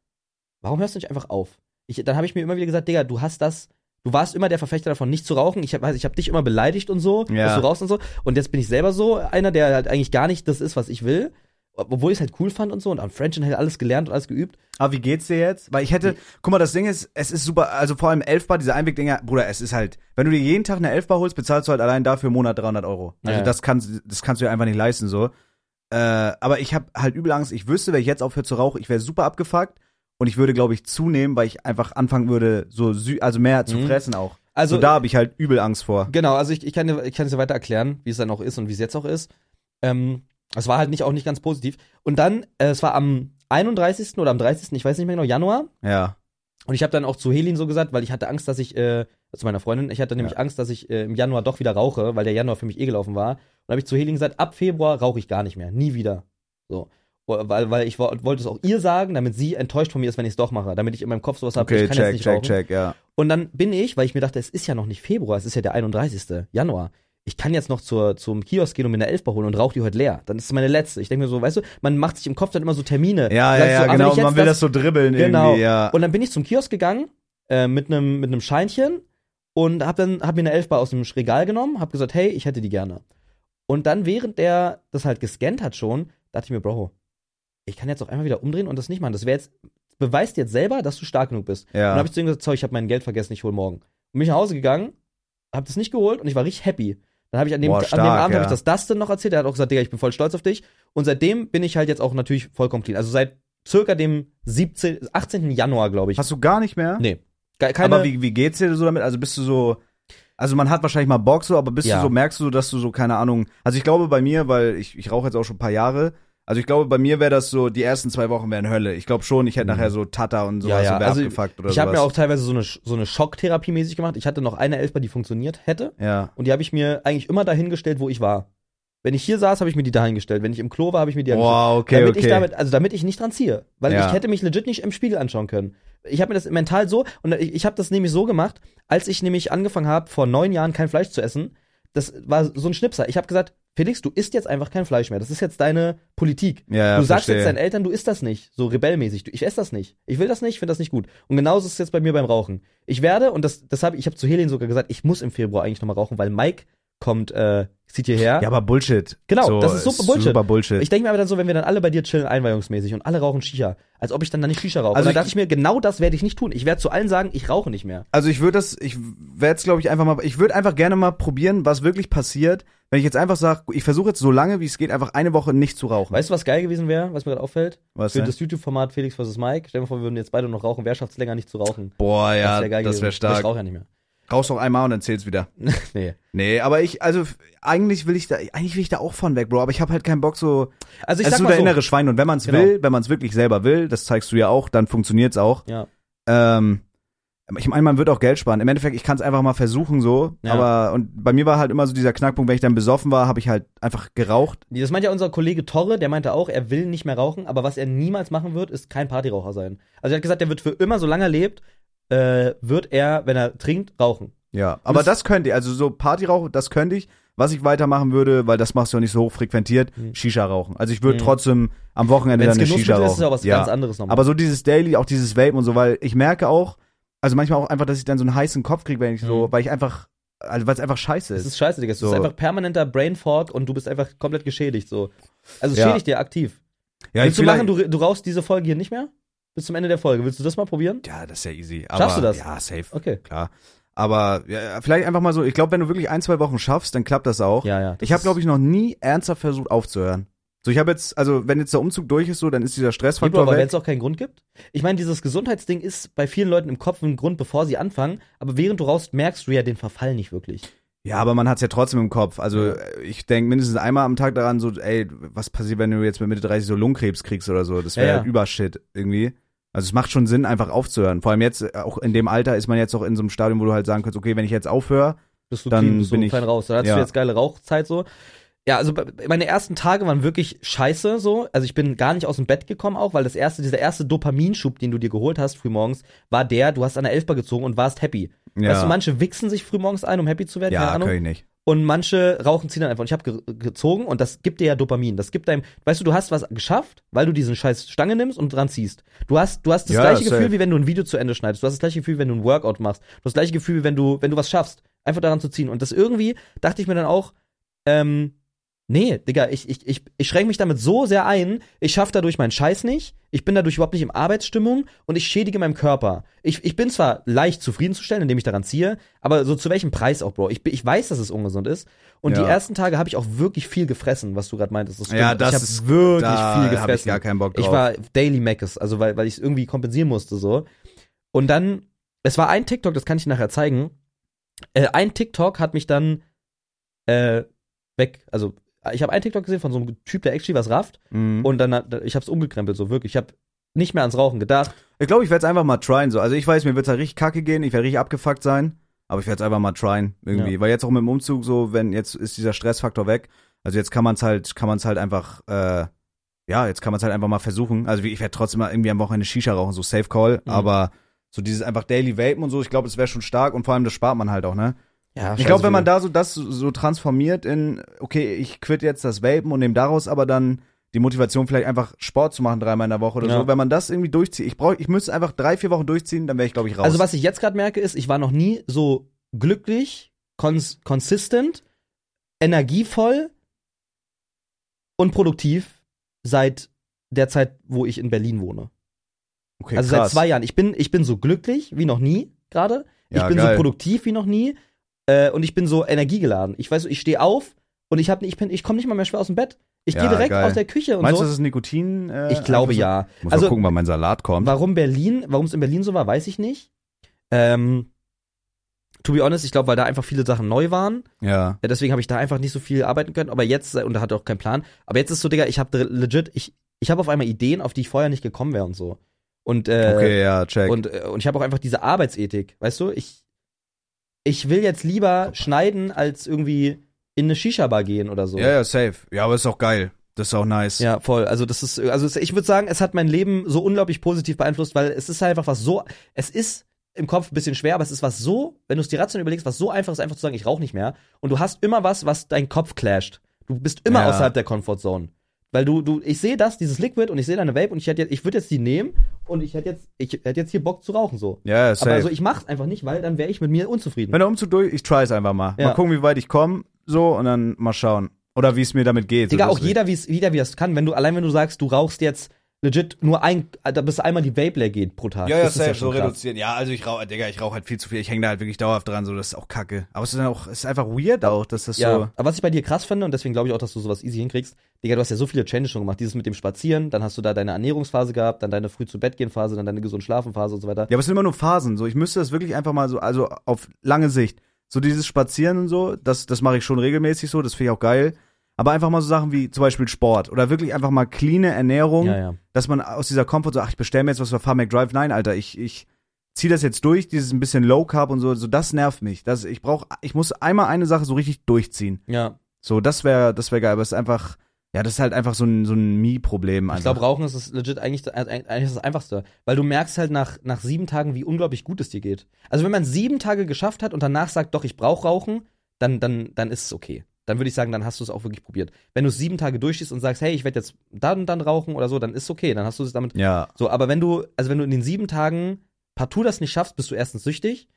warum hörst du nicht einfach auf? Ich, dann habe ich mir immer wieder gesagt, Digga, du hast das, du warst immer der Verfechter davon, nicht zu rauchen. Ich habe ich hab dich immer beleidigt und so,
Ja.
dass du rauchst und so. Und jetzt bin ich selber so einer, der halt eigentlich gar nicht das ist, was ich will. Obwohl ich es halt cool fand und so und am French and Hell alles gelernt und alles geübt.
Aber Ah, wie geht's dir jetzt? Weil ich hätte, guck mal, das Ding ist, es ist super, also vor allem Elfbar, diese Einwegdinger, Bruder, es ist halt, wenn du dir jeden Tag eine Elfbar holst, bezahlst du halt allein dafür im Monat 300 Euro. Also
Ja.
das kannst, das kannst du dir einfach nicht leisten, so. Äh, aber ich habe halt übel Angst, ich wüsste, wenn ich jetzt aufhöre zu rauchen, ich wäre super abgefuckt und ich würde, glaube ich, zunehmen, weil ich einfach anfangen würde, so sü also mehr zu
Mhm.
fressen auch.
Also,
Also so, da habe ich halt übel Angst vor.
Genau, also ich, ich kann dir- ich kann es dir weiter erklären, wie es dann auch ist und wie es jetzt auch ist. Ähm, es war halt nicht auch nicht ganz positiv. Und dann, äh, es war am 31. oder am 30. ich weiß nicht mehr genau, Januar.
Ja.
Und ich habe dann auch zu Helin so gesagt, weil ich hatte Angst, dass ich, äh, zu meiner Freundin, ich hatte nämlich Angst, dass ich äh, im Januar doch wieder rauche, weil der Januar für mich eh gelaufen war. Und habe ich zu Helin gesagt, ab Februar rauche ich gar nicht mehr, nie wieder. So. Oh, Weil, weil ich wo- wollte es auch ihr sagen, damit sie enttäuscht von mir ist, wenn ich es doch mache. Damit ich in meinem Kopf sowas habe,
Okay,
ich kann jetzt
check,
nicht
check,
rauchen.
check, ja.
Und dann bin ich, weil ich mir dachte, es ist ja noch nicht Februar, es ist ja der 31. Januar. Ich kann jetzt noch zur, zum Kiosk gehen und mir eine Elfbar holen und rauche die heute leer. Dann ist es meine letzte. Ich denke mir so, weißt du, man macht sich im Kopf dann immer so Termine.
Ja, ja,
Sagst
ja,
so, ah, wenn
genau.
ich jetzt
Man will das, so dribbeln
genau.
irgendwie, ja.
Und dann bin ich zum Kiosk gegangen äh, mit einem mit einem Scheinchen und hab dann hab mir eine Elfbar aus dem Regal genommen, hab gesagt, hey, ich hätte die gerne. Und dann, während der das halt gescannt hat schon, dachte ich mir, Bro, ich kann jetzt auch einmal wieder umdrehen und das nicht machen. Das wäre jetzt, beweist jetzt selber, dass du stark genug bist. Und dann
Ja.
habe ich zu ihm gesagt, sorry, ich habe mein Geld vergessen, ich hole morgen. Und bin ich nach Hause gegangen, habe das nicht geholt und ich war richtig happy. Dann habe ich an dem,
Boah,
an
stark,
dem Abend habe
ja.
ich das Dustin noch erzählt. Der hat auch gesagt, Digga, ich bin voll stolz auf dich. Und seitdem bin ich halt jetzt auch natürlich vollkommen clean. Also seit circa dem 17, 18. Januar, glaube ich.
Hast du gar nicht mehr?
nee. Ge- Keine,
aber wie, wie geht's dir so damit? Also bist du so, also man hat wahrscheinlich mal Bock so, aber bist
Ja.
du so, merkst du so, dass du so, keine Ahnung, also ich glaube bei mir, weil ich, ich rauche jetzt auch schon ein paar Jahre, also ich glaube bei mir wäre das so, die ersten zwei Wochen wären Hölle. Ich glaube schon, ich hätte
Mhm.
nachher so Tata und
Ja,
sowas
ja,
und wär
also
abgefuckt oder
ich habe mir auch
sowas.
teilweise so eine, Sch- so eine Schocktherapie mäßig gemacht. Ich hatte noch eine Elfer, die funktioniert hätte.
ja.
Und die habe ich mir eigentlich immer dahingestellt, wo ich war. Wenn ich hier saß, habe ich mir die dahingestellt. Wenn ich im Klo war, habe ich mir die dahingestellt.
Wow, okay,
damit
okay.
ich damit, also damit ich nicht dran ziehe. Weil
Ja.
ich hätte mich legit nicht im Spiegel anschauen können. Ich habe mir das mental so, und ich, ich habe das nämlich so gemacht, als ich nämlich angefangen habe, vor neun Jahren kein Fleisch zu essen, das war so ein Schnipsel. Ich habe gesagt, Felix, du isst jetzt einfach kein Fleisch mehr. Das ist jetzt deine Politik
ja, ja,
du sagst
verstehe.
jetzt deinen Eltern, du isst das nicht, so rebellmäßig. Du- Ich esse das nicht. Ich will das nicht, ich finde das nicht gut. Und genauso ist es jetzt bei mir beim Rauchen. Ich werde, und das, das habe ich habe zu Helen sogar gesagt, ich muss im Februar eigentlich nochmal rauchen, weil Mike kommt, äh, zieht hierher.
ja, aber Bullshit.
Genau,
so,
das ist super Bullshit.
Super Bullshit.
ich denke mir aber dann so, wenn wir dann alle bei dir chillen, einweihungsmäßig und alle rauchen Shisha, als ob ich dann da nicht Shisha rauche.
Also
Also und
ich-
dann dachte ich mir, genau das werde ich nicht tun. Ich werde zu allen sagen, ich rauche nicht mehr.
Also ich würde das, ich werde jetzt glaube ich einfach mal, ich würde einfach gerne mal probieren, was wirklich passiert, wenn ich jetzt einfach sage, ich versuche jetzt so lange wie es geht einfach eine Woche nicht zu rauchen.
Weißt du, was geil gewesen wäre, was mir gerade auffällt?
Was
Für
denn?
das YouTube-Format Felix vs. Mike. Stell dir mal vor, wir würden jetzt beide noch rauchen. Wer schafft es länger nicht zu rauchen?
Boah, ja,
wär geil
das
gewesen.
wäre
Aber
stark.
Ich rauche ja nicht mehr.
Rauchst noch einmal und dann zählt's wieder.
nee.
Nee, aber ich, also f- eigentlich will ich da, eigentlich will ich da auch von weg, Bro. Aber ich habe halt keinen Bock so.
Also ich
es
sag
ist so
mal
der
so.
innere Schwein und wenn man es
Genau.
will, wenn man es wirklich selber will, das zeigst du ja auch, dann funktioniert's auch.
Ja.
Ähm, ich meine, man wird auch Geld sparen. Im Endeffekt, ich kann es einfach mal versuchen so.
Ja.
Aber und bei mir war halt immer so dieser Knackpunkt, wenn ich dann besoffen war, habe ich halt einfach geraucht.
Das meint ja unser Kollege Torre, der meinte auch, er will nicht mehr rauchen, aber was er niemals machen wird, ist kein Partyraucher sein. Also er hat gesagt, er wird für immer, solange er lebt, äh, wird er, wenn er trinkt, rauchen.
Ja. Aber
Das-
das, könnte ich, also so Partyrauch, das könnte ich. Was ich weitermachen würde, weil das machst du ja nicht so hoch frequentiert,
Mhm.
Shisha rauchen. Also ich würde
Mhm.
trotzdem am Wochenende
Wenn es
dann eine
Genussmittel
Shisha rauchen.
ist, ist es auch was
ja.
ganz anderes nochmal.
Aber so dieses Daily, auch dieses Vapen und so, weil ich merke auch, also manchmal auch einfach, dass ich dann so einen heißen Kopf kriege, wenn ich so,
Mhm.
weil ich einfach, also weil es einfach scheiße
es
ist.
ist scheiße, Digga. Es
so.
ist einfach permanenter Brain Fog und du bist einfach komplett geschädigt. So. Also es
Ja.
schädigt dir aktiv.
ja,
Willst du
vielleicht-
machen, du, du rauchst diese Folge hier nicht mehr? Bis zum Ende der Folge. Willst du das mal probieren?
Ja, das ist ja easy. Aber,
Schaffst du das?
Ja, safe,
Okay.
klar. Aber ja, vielleicht einfach mal so, ich glaube, wenn du wirklich ein, zwei Wochen schaffst, dann klappt das auch.
Ja, ja. das
ich habe,
ist-
glaube ich, noch nie ernsthaft versucht aufzuhören. So, ich habe jetzt, also wenn jetzt der Umzug durch ist, so, dann ist dieser
Lieber,
Stressfaktor
aber wenn
weg.
es auch keinen Grund gibt. Ich meine, dieses Gesundheitsding ist bei vielen Leuten im Kopf ein Grund, bevor sie anfangen. Aber während du rauchst, merkst du ja den Verfall nicht wirklich.
Ja, aber man hat's ja trotzdem im Kopf. Also
Ja.
äh, ich denk mindestens einmal am Tag daran, so, ey, was passiert, wenn du jetzt mit Mitte 30 so Lungenkrebs kriegst oder so? Das wäre
Ja, ja.
halt Übershit irgendwie. Also es macht schon Sinn, einfach aufzuhören. Vor allem jetzt, äh, auch in dem Alter, ist man jetzt auch in so einem Stadium, wo du halt sagen kannst, okay, wenn ich jetzt aufhöre,
bist du
Dann
clean, bist du
bin ich-
fein raus. Dann hattest
ja.
du jetzt geile Rauchzeit so. Ja, also bei- meine ersten Tage waren wirklich scheiße so. Also ich bin gar nicht aus dem Bett gekommen auch, weil das erste, dieser erste Dopaminschub, den du dir geholt hast frühmorgens, war der, du hast an der Elfbar gezogen und warst happy.
ja,
Weißt du, manche wichsen sich frühmorgens ein, um happy zu werden, keine
ja,
Ahnung.
kann ich nicht.
Und manche rauchen, ziehen dann einfach. Und ich habe ge gezogen und das gibt dir ja Dopamin. Das gibt deinem, weißt du, du hast was geschafft, weil du diesen scheiß Stange nimmst und dran ziehst. Du hast, du hast das
Ja,
gleiche
safe.
Gefühl, wie wenn du ein Video zu Ende schneidest. Du hast das gleiche Gefühl, wenn du ein Workout machst. Du hast das gleiche Gefühl, wie wenn du, wenn du was schaffst. Einfach daran zu ziehen. Und das irgendwie dachte ich mir dann auch, ähm, nee, Digga, ich, ich, ich, ich schränke mich damit so sehr ein, ich schaffe dadurch meinen Scheiß nicht, ich bin dadurch überhaupt nicht in Arbeitsstimmung und ich schädige meinem Körper. Ich, ich bin zwar leicht zufriedenzustellen, indem ich daran ziehe, aber so zu welchem Preis auch, Bro? Ich, bin- ich weiß, dass es ungesund ist. Und
Ja.
die ersten Tage habe ich auch wirklich viel gefressen, was du gerade meintest. Das
Ja, das
ich habe
ist-
wirklich
Da
viel
hab ich
gefressen.
gar keinen Bock drauf.
Ich war Daily Macis, also weil, weil ich es irgendwie kompensieren musste so. Und dann, es war ein TikTok, das kann ich dir nachher zeigen. Äh, ein TikTok hat mich dann äh, weg, also ich habe ein TikTok gesehen von so einem Typ, der actually was rafft.
Mhm.
Und dann, hat- ich habe es umgekrempelt so wirklich. Ich habe nicht mehr ans Rauchen gedacht.
Ich glaube, ich werde es einfach mal tryen. So. Also ich weiß, mir wird's halt richtig kacke gehen, ich werde richtig abgefuckt sein, aber ich werde es einfach mal tryen irgendwie. Weil jetzt auch mit dem Umzug so, wenn jetzt ist dieser Stressfaktor weg. Also jetzt kann man es halt, kann man es halt einfach, äh, ja, jetzt kann man es halt einfach mal versuchen. Also wie- ich werde trotzdem mal irgendwie am Wochenende Shisha rauchen, so Safe Call,
Mhm.
aber so dieses einfach Daily Vapen und so, ich glaube, das wäre schon stark und vor allem das spart man halt auch, ne?
Ja,
Ich glaube, wenn man da so das so transformiert in, okay, ich quitt jetzt das Vapen und nehme daraus aber dann die Motivation, vielleicht einfach Sport zu machen dreimal in der Woche oder
Ja.
so, wenn man das irgendwie durchzieht. Ich brauche, ich müsste einfach drei, vier Wochen durchziehen, dann wäre ich, glaube ich, raus.
Also was ich jetzt gerade merke ist, ich war noch nie so glücklich, cons consistent, energievoll und produktiv seit der Zeit, wo ich in Berlin wohne.
Okay,
also seit
krass.
zwei Jahren. Ich bin, ich bin so glücklich wie noch nie gerade.
Ja,
ich bin
geil.
so produktiv wie noch nie. Äh, und ich bin so energiegeladen. Ich weiß, so, ich stehe auf und ich, hab, ich, bin- ich komme nicht mal mehr schwer aus dem Bett. Ich
Ja,
gehe direkt
geil.
aus der Küche und
Meinst
so.
du, das ist Nikotin? Äh,
ich glaube
Einfluss?
ja.
Muss also,
Also-
mal gucken, wann mein Salat kommt.
Warum Berlin, warum es in Berlin so war, weiß ich nicht. Ähm, to be honest, ich glaube, weil da einfach viele Sachen neu waren.
Ja.
Ja, deswegen habe ich da einfach nicht so viel arbeiten können. Aber jetzt, und da hatte auch keinen Plan. Aber jetzt ist so, Digga, ich habe legit, ich, ich habe auf einmal Ideen, auf die ich vorher nicht gekommen wäre und so. Und, äh,
Okay, ja, check.
und, äh, und ich habe auch einfach diese Arbeitsethik, weißt du? Ich, ich will jetzt lieber schneiden, als irgendwie in eine Shisha-Bar gehen oder so.
Ja, ja, safe. Ja, aber ist auch geil. Das ist auch nice.
Ja, voll. Also das ist, also es- ich würde sagen, es hat mein Leben so unglaublich positiv beeinflusst, weil es ist halt einfach was so, es ist im Kopf ein bisschen schwer, aber es ist was so, wenn du es dir rational überlegst, was so einfach ist, einfach zu sagen, ich rauche nicht mehr. Und du hast immer was, was dein Kopf clasht. Du bist immer
Ja.
außerhalb der Comfortzone. Weil du, du, ich sehe das, dieses Liquid und ich sehe deine Vape und ich hätte jetzt, ich würde jetzt die nehmen und ich hätte jetzt, ich hätte jetzt hier Bock zu rauchen so.
Ja, ja, safe.
Aber also ich mach's einfach nicht, weil dann wäre ich mit mir unzufrieden.
Wenn der Umzug durch, ich try es einfach mal. Mal
Ja.
gucken, wie weit ich komme, so und dann mal schauen. Oder wie es mir damit geht.
Digga,
so
auch
deswegen.
jeder, wie's, jeder, wie das kann. Wenn du, allein wenn du sagst, du rauchst jetzt legit nur ein, da bis einmal die Vape leer geht pro Tag.
Ja, ja,
Das ist
safe, so
schon krass.
reduziert. Ja, also ich rauche, Digga, ich rauche halt viel zu viel. Ich hänge da halt wirklich dauerhaft dran, so, das ist auch kacke. Aber es ist dann auch, es ist einfach weird auch, dass das
Ja,
so.
aber was ich bei dir krass finde, und deswegen glaube ich auch, dass du sowas easy hinkriegst, Digga, du hast ja so viele Changes schon gemacht. Dieses mit dem Spazieren, dann hast du da deine Ernährungsphase gehabt, dann deine Früh-zu-Bett-gehen-Phase, dann deine gesund Schlafen-Phase und so weiter.
Ja, aber es sind immer nur Phasen. So, ich müsste das wirklich einfach mal so, also auf lange Sicht. So dieses Spazieren und so, das, das mache ich schon regelmäßig so, das finde ich auch geil. Aber einfach mal so Sachen wie zum Beispiel Sport oder wirklich einfach mal cleane Ernährung,
Ja, ja.
dass man aus dieser Comfort so, ach, ich bestelle mir jetzt was für Farm Drive. Nein, Alter, ich, ich ziehe das jetzt durch, dieses ein bisschen Low Carb und so, so das nervt mich. Das, ich brauche, ich muss einmal eine Sache so richtig durchziehen.
ja.
So, das wäre, das wäre geil, aber es ist einfach, ja, das ist halt einfach so ein, so ein Me-Problem
Ich
einfach.
glaube, Rauchen ist das legit eigentlich, eigentlich das Einfachste. Weil du merkst halt nach, nach sieben Tagen, wie unglaublich gut es dir geht. Also wenn man sieben Tage geschafft hat und danach sagt, doch, ich brauche Rauchen, dann, dann, dann ist es okay. Dann würde ich sagen, dann hast du es auch wirklich probiert. Wenn du es sieben Tage durchstehst und sagst, hey, ich werde jetzt dann und dann rauchen oder so, dann ist es okay. Dann hast du es damit
ja,
so, aber wenn du, also wenn du in den sieben Tagen partout das nicht schaffst, bist du erstens süchtig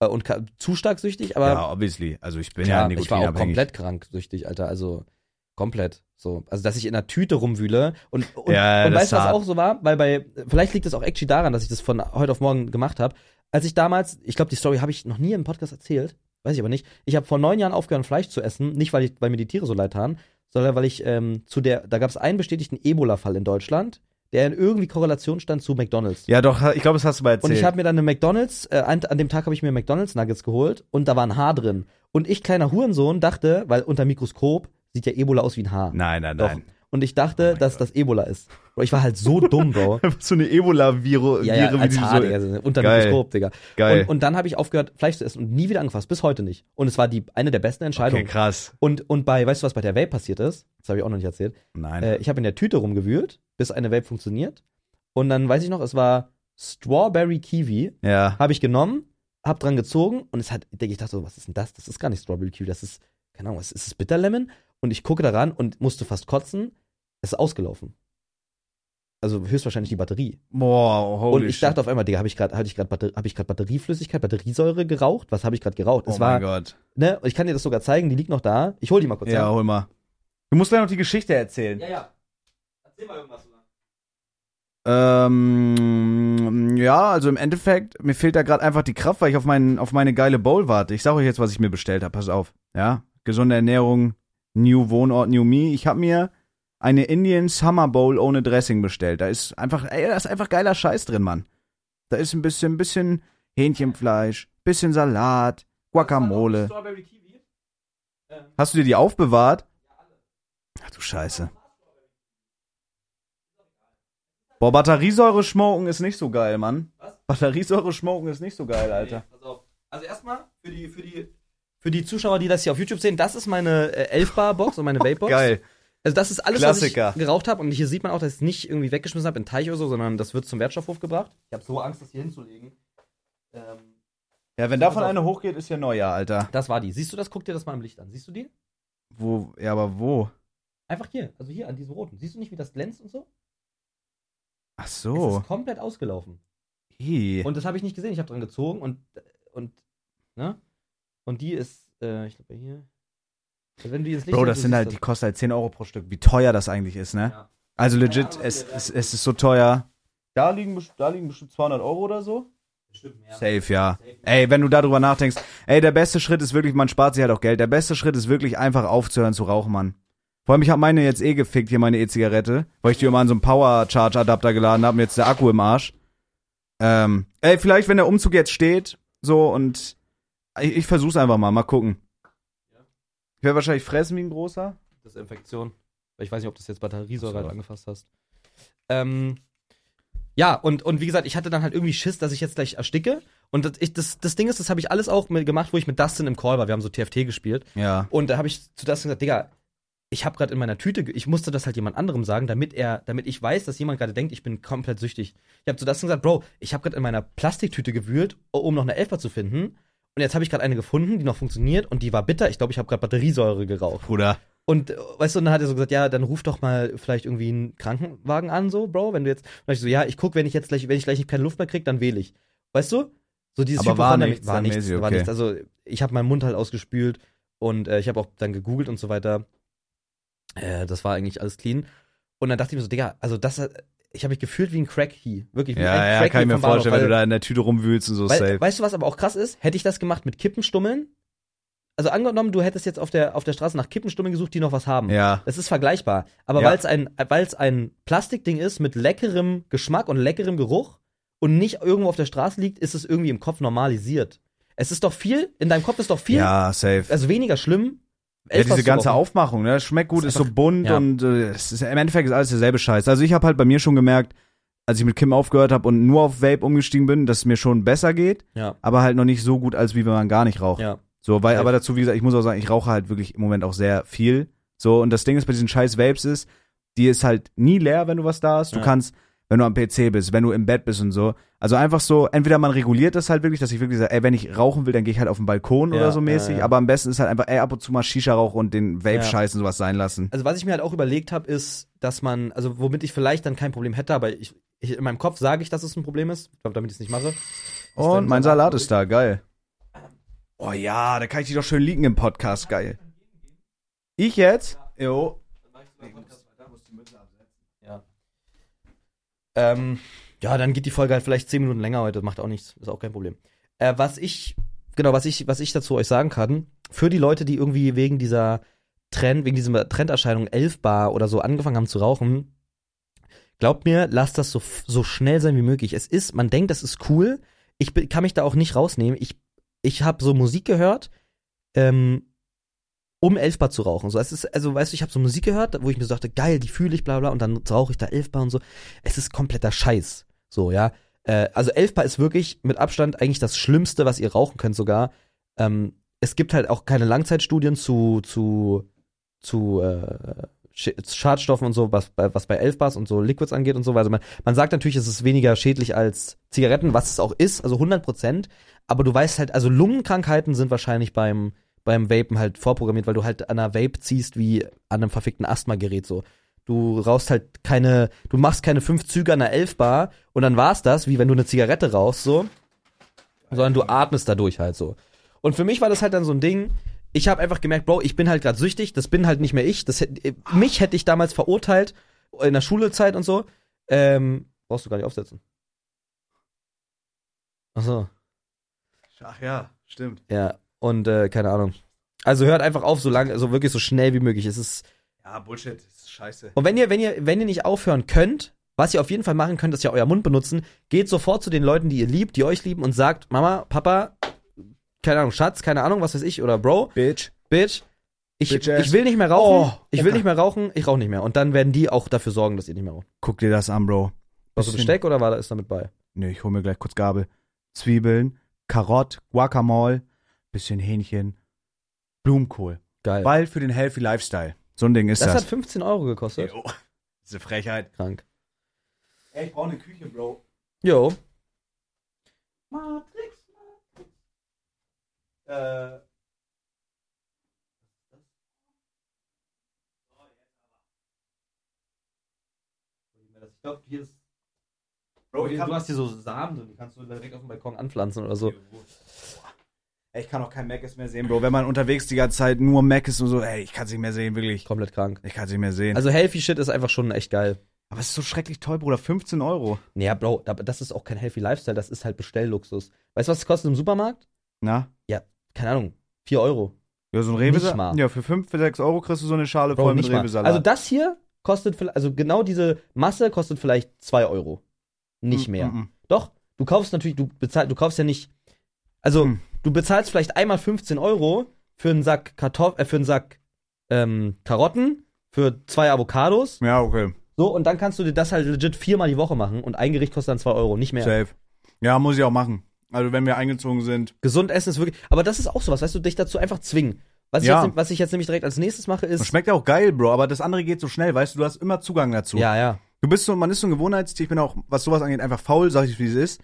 äh, und ka- zu stark süchtig, aber
ja, obviously. Also ich bin
klar,
ja
ich war auch
nikotinabhängig.
komplett krank süchtig, Alter, also komplett. So, also dass ich in einer Tüte rumwühle und, und,
Ja,
und
das
weißt du,
ist
was
hart.
auch so war? Weil bei, vielleicht liegt es auch actually daran, dass ich das von heute auf morgen gemacht habe. Als ich damals, ich glaube, die Story habe ich noch nie im Podcast erzählt, weiß ich aber nicht. Ich habe vor neun Jahren aufgehört, Fleisch zu essen, nicht weil, ich, weil mir die Tiere so leid taten, sondern weil ich ähm, zu der, da gab es einen bestätigten Ebola-Fall in Deutschland, der in irgendwie Korrelation stand zu McDonalds.
Ja, doch, ich glaube, das hast du mal erzählt.
Und ich habe mir dann eine McDonalds, äh, an, an dem Tag habe ich mir McDonalds Nuggets geholt und da war ein Haar drin. Und ich, kleiner Hurensohn, dachte, weil unter Mikroskop sieht ja Ebola aus wie ein Haar.
nein, nein,
Doch.
nein.
Und ich
Oh
dachte,
mein
dass
Gott.
das Ebola ist. Bro, Ich war halt so dumm, Bro.
Einfach so eine Ebola-Viro,
ja, ja,
Viren,
als
die
Haar,
so-
Digga, so unter
Geil.
Mikroskop, Digga.
Geil.
Und, und dann habe ich aufgehört, Fleisch zu essen und nie wieder angefasst, bis heute nicht. Und es war die, eine der besten
okay,
Entscheidungen.
krass.
und, und bei, weißt du, was bei der Vape passiert ist? Das habe ich auch noch nicht erzählt.
Nein.
Äh, ich habe in der Tüte rumgewühlt, bis eine Vape funktioniert. Und dann weiß ich noch, es war Strawberry Kiwi
ja.
habe ich genommen, hab dran gezogen und es hat, ich dachte so, was ist denn das? Das ist gar nicht Strawberry Kiwi, das ist, keine Ahnung, was ist das Bitter Lemon? Und ich gucke daran und musste fast kotzen, es ist ausgelaufen. Also höchstwahrscheinlich die Batterie.
Boah, holy
und ich
shit.
dachte auf einmal, Digga, habe ich gerade hab ich grad Batter- hab ich grad Batterieflüssigkeit, Batteriesäure geraucht? Was habe ich gerade geraucht?
oh
es war,
mein Gott.
ne, ich kann dir das sogar zeigen, die liegt noch da. Ich hol die mal kurz.
Ja, oh.
her.
hol mal. Du musst gleich noch die Geschichte erzählen.
ja. Erzähl mal irgendwas.
Ähm, ja, also im Endeffekt, mir fehlt da gerade einfach die Kraft, weil ich auf, meinen, auf meine geile Bowl warte. Ich sag euch jetzt, was ich mir bestellt habe. Pass auf. Ja, gesunde Ernährung, New Wohnort, New Me. Ich habe mir eine Indian Summer Bowl ohne Dressing bestellt. Da ist einfach, ey, da ist einfach geiler Scheiß drin, Mann. Da ist ein bisschen, bisschen Hähnchenfleisch, bisschen Salat, Guacamole.
Strawberry Kiwi.
Hast du dir die aufbewahrt? Ach du Scheiße. Boah, Batteriesäure schmoken ist nicht so geil, Mann.
Was?
Batteriesäure schmoken ist nicht so geil, Alter.
Nee, pass auf. Also erstmal für die, für die, für die Zuschauer, die das hier auf YouTube sehen, das ist meine äh, 11-Bar-Box und meine Vape-Box.
Geil.
Also das ist alles,
Klassiker.
was ich geraucht habe. Und hier sieht man auch, dass ich es nicht irgendwie weggeschmissen habe in den Teich oder so, sondern das wird zum Wertstoffhof gebracht. Ich habe so Angst, das hier hinzulegen. Ähm,
Ja, wenn davon eine hochgeht, ist ja Neujahr, Alter.
das war die. Siehst du das? Guck dir das mal im Licht an. Siehst du die?
Wo, ja, aber wo?
Einfach hier, also hier an diesem roten. Siehst du nicht, wie das glänzt und so?
Ach
Es
so.
ist komplett ausgelaufen.
Hi.
Und das habe ich nicht gesehen. Ich habe dran gezogen und und ne? Und die ist, äh, ich glaube äh, hier. Wenn du jetzt nicht
Bro, das sind halt, die kosten halt 10 Euro pro Stück. Wie teuer das eigentlich ist, ne?
Ja.
Also legit,
Ja, aber
es,
wir-
es, es ist so teuer. Da liegen, best- da liegen bestimmt 200 Euro oder so.
Stimmt, ja.
Safe, ja. Ey, wenn du darüber nachdenkst, ey, der beste Schritt ist wirklich, man spart sich halt auch Geld. Der beste Schritt ist wirklich einfach aufzuhören zu rauchen, Mann. Vor allem, ich habe meine jetzt eh gefickt, hier meine E-Zigarette, weil ich die immer an so einen Power-Charge-Adapter geladen habe und jetzt der Akku im Arsch. Ähm, ey, vielleicht, wenn der Umzug jetzt steht, so und ich, ich versuch's einfach mal, mal gucken. Ich werde wahrscheinlich fressen wie ein großer.
Desinfektion. Weil Ich weiß nicht, ob du das jetzt Batteriesäure
Ach so.
halt angefasst hast. Ähm, ja, und, und wie gesagt, ich hatte dann halt irgendwie Schiss, dass ich jetzt gleich ersticke. Und das, ich, das, das Ding ist, das habe ich alles auch mit, gemacht, wo ich mit Dustin im Call war. Wir haben so TFT gespielt.
Ja.
Und da habe ich zu Dustin gesagt, Digga, ich habe gerade in meiner Tüte, ge- ich musste das halt jemand anderem sagen, damit er, damit ich weiß, dass jemand gerade denkt, ich bin komplett süchtig. Ich habe zu Dustin gesagt, Bro, ich habe gerade in meiner Plastiktüte gewühlt, um noch eine Elfer zu finden. Und jetzt habe ich gerade eine gefunden, die noch funktioniert und die war bitter. Ich glaube, ich habe gerade Batteriesäure geraucht.
Bruder.
Und äh, weißt du, und dann hat er so gesagt, ja, dann ruf doch mal vielleicht irgendwie einen Krankenwagen an, so, Bro, wenn du jetzt. Und dann hab ich so, ja, ich guck, wenn ich jetzt gleich, wenn ich gleich nicht keine Luft mehr krieg, dann wähle ich. Weißt du? So dieses
Aber war
Hypochonder-
nichts,
war
dann
nichts,
mäßig,
war
okay.
nichts. Also ich habe meinen Mund halt ausgespült und äh, ich habe auch dann gegoogelt und so weiter. Äh, das war eigentlich alles clean. Und dann dachte ich mir so, Digga, also das, äh, ich habe mich gefühlt wie ein Cracky, wirklich wie ein
Ja, ja,
Cracky
kann ich mir
vom Bahnhof,
vorstellen, wenn
weil-
du da in der Tüte rumwühlst und so
weil,
safe.
Weißt du, was aber auch krass ist? Hätte ich das gemacht mit Kippenstummeln? Also angenommen, du hättest jetzt auf der, auf der Straße nach Kippenstummeln gesucht, die noch was haben.
ja.
Das ist vergleichbar. Aber
Ja.
weil es ein, weil's ein Plastikding ist mit leckerem Geschmack und leckerem Geruch und nicht irgendwo auf der Straße liegt, ist es irgendwie im Kopf normalisiert. Es ist doch viel, in deinem Kopf ist doch viel,
Ja, safe.
also weniger schlimm.
Ja, diese
Elfers
ganze
zu rauchen.
Aufmachung, ne? Schmeckt gut,
Ist
ist, so bunt
ja.
und äh, es ist, im Endeffekt ist alles derselbe Scheiß. Also ich habe halt bei mir schon gemerkt, als ich mit Kim aufgehört habe und nur auf Vape umgestiegen bin, dass es mir schon besser geht,
Ja,
aber halt noch nicht so gut, als wie wenn man gar nicht raucht.
ja.
So, weil,
Ja.
aber dazu, wie gesagt, ich muss auch sagen, ich rauche halt wirklich im Moment auch sehr viel. So, und das Ding ist bei diesen scheiß Vapes ist, die ist halt nie leer, wenn du was da hast. Du
Ja.
kannst, wenn du am PC bist, wenn du im Bett bist und so. Also einfach so, entweder man reguliert das halt wirklich, dass ich wirklich sage, ey, wenn ich rauchen will, dann gehe ich halt auf den Balkon
Ja,
oder so
ja,
mäßig.
ja.
Aber am besten ist halt einfach, ey, ab und zu mal Shisha rauchen und den
Ja.
Vape-Scheiß und sowas sein lassen.
Also was ich mir halt auch überlegt habe, ist, dass man, also womit ich vielleicht dann kein Problem hätte, aber ich, ich in meinem Kopf sage ich, dass es ein Problem ist, Ich glaub, damit ich es nicht mache.
Und mein Salat ist
da.
da, geil. Oh ja, da kann ich dich doch schön liegen im Podcast, geil. Ich jetzt? Jo.
Ja. Ähm, ja, dann geht die Folge halt vielleicht 10 Minuten länger heute, macht auch nichts, ist auch kein Problem. Äh, was ich, genau, was ich, was ich dazu euch sagen kann, für die Leute, die irgendwie wegen dieser Trend, wegen dieser Trenderscheinung 11 Bar oder so angefangen haben zu rauchen, glaubt mir, lasst das so, f- so schnell sein wie möglich. Es ist, man denkt, das ist cool. Ich bin- kann mich da auch nicht rausnehmen. Ich, ich habe so Musik gehört, ähm, um Elfbar zu rauchen. So, es ist, also weißt du, ich habe so Musik gehört, wo ich mir so dachte, geil, die fühle ich, bla bla, und dann rauche ich da Elfbar und so. Es ist kompletter Scheiß. So, ja. Äh, also Elfbar ist wirklich mit Abstand eigentlich das Schlimmste, was ihr rauchen könnt sogar. Ähm, es gibt halt auch keine Langzeitstudien zu, zu, zu äh, Sch- Schadstoffen und so, was, bei- was bei Elfbars und so Liquids angeht und so. Also man, man sagt natürlich, es ist weniger schädlich als Zigaretten, was es auch ist, also 100 Prozent. Aber du weißt halt, also Lungenkrankheiten sind wahrscheinlich beim, beim Vapen halt vorprogrammiert, weil du halt an einer Vape ziehst wie an einem verfickten Asthmagerät so. Du rauchst halt keine, du machst keine fünf Züge an einer Elfbar und dann war's das, wie wenn du eine Zigarette rauchst so, sondern du atmest dadurch halt so. Und für mich war das halt dann so ein Ding. Ich habe einfach gemerkt, Bro, ich bin halt gerade süchtig, das bin halt nicht mehr ich. Das, hätt- mich hätte ich damals verurteilt in der Schulezeit und so. Ähm, brauchst du gar nicht aufsetzen. Ach so.
Ach ja, stimmt.
Ja, und äh, keine Ahnung. Also hört einfach auf, so lange, also wirklich so schnell wie möglich. Es ist.
Ja, Bullshit, das ist scheiße.
Und wenn ihr, wenn ihr, wenn ihr nicht aufhören könnt, was ihr auf jeden Fall machen könnt, ist ja euer Mund benutzen. Geht sofort zu den Leuten, die ihr liebt, die euch lieben und sagt, Mama, Papa, keine Ahnung, Schatz, keine Ahnung, was weiß ich, oder Bro,
Bitch.
Bitch, ich,
Bitch ass.
ich will nicht mehr rauchen.
Oh,
ich will
okay.
nicht mehr rauchen, ich rauche nicht mehr. Und dann werden die auch dafür sorgen, dass ihr nicht mehr raucht.
Guck dir das an, Bro.
Hast du
Bisschen-
Besteck oder war da ist damit bei?
Nö, ich hol mir gleich kurz Gabel. Zwiebeln, Karott, Guacamole, bisschen Hähnchen, Blumenkohl.
Geil.
Ball für den Healthy Lifestyle. So ein Ding ist
das hat
das.
15 Euro gekostet.
Jo, Diese Frechheit.
Krank.
Ey, ich brauche eine Küche, Bro.
Jo.
Matrix. Äh.
Ich glaube, hier ist. Bro,
ich
du
hab-
hast hier so Samen drin, die kannst du direkt auf dem Balkon anpflanzen oder so.
Ey, Ey, ich kann auch kein Macis mehr sehen, Bro. Wenn man unterwegs die ganze Zeit nur Macis und so, ey, ich kann es nicht mehr sehen, wirklich.
Komplett krank.
Ich kann es nicht mehr sehen.
Also Healthy Shit ist einfach schon echt geil.
aber es ist so schrecklich teuer, Bruder. 15 Euro.
Naja, Bro, da- das ist auch kein Healthy Lifestyle, das ist halt Bestellluxus. Weißt du, was es kostet im Supermarkt?
Na?
Keine Ahnung, 4 Euro.
Ja, so ein
Nicht mal.
Rewe-Salat. Ja, für 5, für 6 Euro kriegst du so eine Schale
Bro,
voll mit
nicht mal.
Rewe-Salat.
Also das hier kostet, vielleicht- also genau diese Masse kostet vielleicht 2 Euro. Nicht
Mm,
mehr.
mm, mm.
Doch, du kaufst natürlich, du bezahlst, du kaufst ja nicht, also
Hm.
du bezahlst vielleicht einmal 15 Euro für einen Sack Kartoff, äh, für einen Sack ähm, Karotten, für zwei Avocados,
Ja, okay.
so und dann kannst du dir das halt legit viermal die Woche machen und ein Gericht kostet dann 2 Euro, nicht mehr.
Safe. Ja, muss ich auch machen. Also, wenn wir eingezogen sind.
Gesund essen ist wirklich, aber das ist auch sowas, weißt du, dich dazu einfach zwingen. Was,
Ja.
ich, jetzt, was ich jetzt nämlich direkt als nächstes mache
Das
ist,
schmeckt ja auch geil, Bro, aber das andere geht so schnell, weißt du, du hast immer Zugang dazu.
ja, ja,
Du bist so, man ist so ein Gewohnheitstier, ich bin auch, was sowas angeht, einfach faul, sag ich, wie es ist.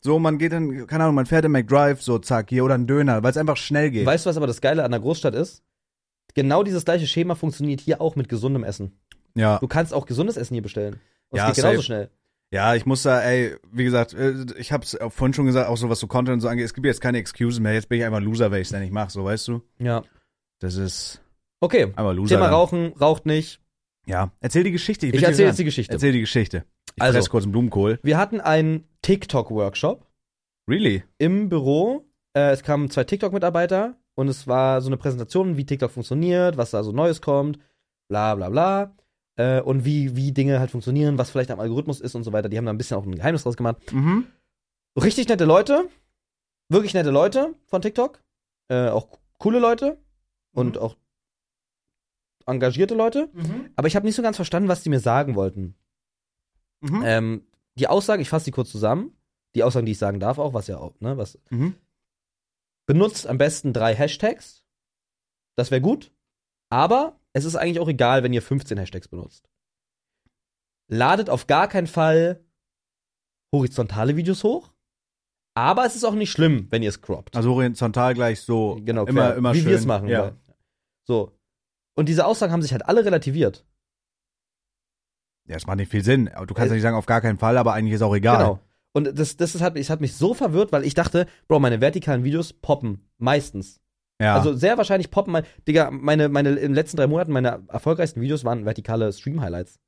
So, man geht dann, keine Ahnung, man fährt in McDrive, so zack, hier, oder ein Döner, weil es einfach schnell geht.
weißt du, was aber das Geile an der Großstadt ist? Genau dieses gleiche Schema funktioniert hier auch mit gesundem Essen.
ja.
Du kannst auch gesundes Essen hier bestellen. Und
Ja,
es geht genauso
safe.
schnell.
Ja, ich muss da, ey, wie gesagt, äh, ich hab's auch vorhin schon gesagt, auch so was so Content und so angeht, es gibt jetzt keine Excuses mehr, jetzt bin ich einfach ein Loser, weil ich's denn nicht mache, so, weißt du?
Ja.
Das ist
Okay.
einfach Loser.
Thema
dann.
Rauchen, raucht nicht.
Ja, erzähl die Geschichte.
Ich
will
erzähle jetzt
hören.
die Geschichte.
Erzähl die Geschichte. Ich
Also.
fress kurz einen Blumenkohl.
Wir hatten einen TikTok-Workshop
Really?
im Büro. Äh, es kamen zwei TikTok-Mitarbeiter und es war so eine Präsentation, wie TikTok funktioniert, was da so Neues kommt, bla bla bla. Äh, und wie, wie Dinge halt funktionieren, was vielleicht am Algorithmus ist und so weiter. Die haben da ein bisschen auch ein Geheimnis draus gemacht.
Mhm.
Richtig nette Leute. Wirklich nette Leute von TikTok. Äh, auch coole Leute und
Mhm.
auch engagierte Leute.
Mhm.
Aber ich habe nicht so ganz verstanden, was die mir sagen wollten.
Mhm.
Ähm, die Aussagen, ich fasse die kurz zusammen. Die Aussagen, die ich sagen darf, auch was ja auch, ne? Was
Mhm.
benutzt am besten drei Hashtags. Das wäre gut. Aber es ist eigentlich auch egal, wenn ihr 15 Hashtags benutzt. Ladet auf gar keinen Fall horizontale Videos hoch. Aber es ist auch nicht schlimm, wenn ihr es croppt.
Also horizontal gleich so.
genau,
immer,
quer,
immer
wie
schön.
wir es machen.
Ja.
weil- So. Und diese Aussagen haben sich halt alle relativiert.
ja, es macht nicht viel Sinn. Aber Du kannst
Äh,
ja nicht sagen, auf gar keinen Fall, aber eigentlich ist auch egal.
Genau. Und das, das ist, hat, es hat mich so verwirrt, weil ich dachte, Bro, meine vertikalen Videos poppen. Meistens.
Ja.
Also sehr wahrscheinlich poppen mein, Digga, meine, meine, in den letzten drei Monaten meine erfolgreichsten Videos waren vertikale Stream-Highlights.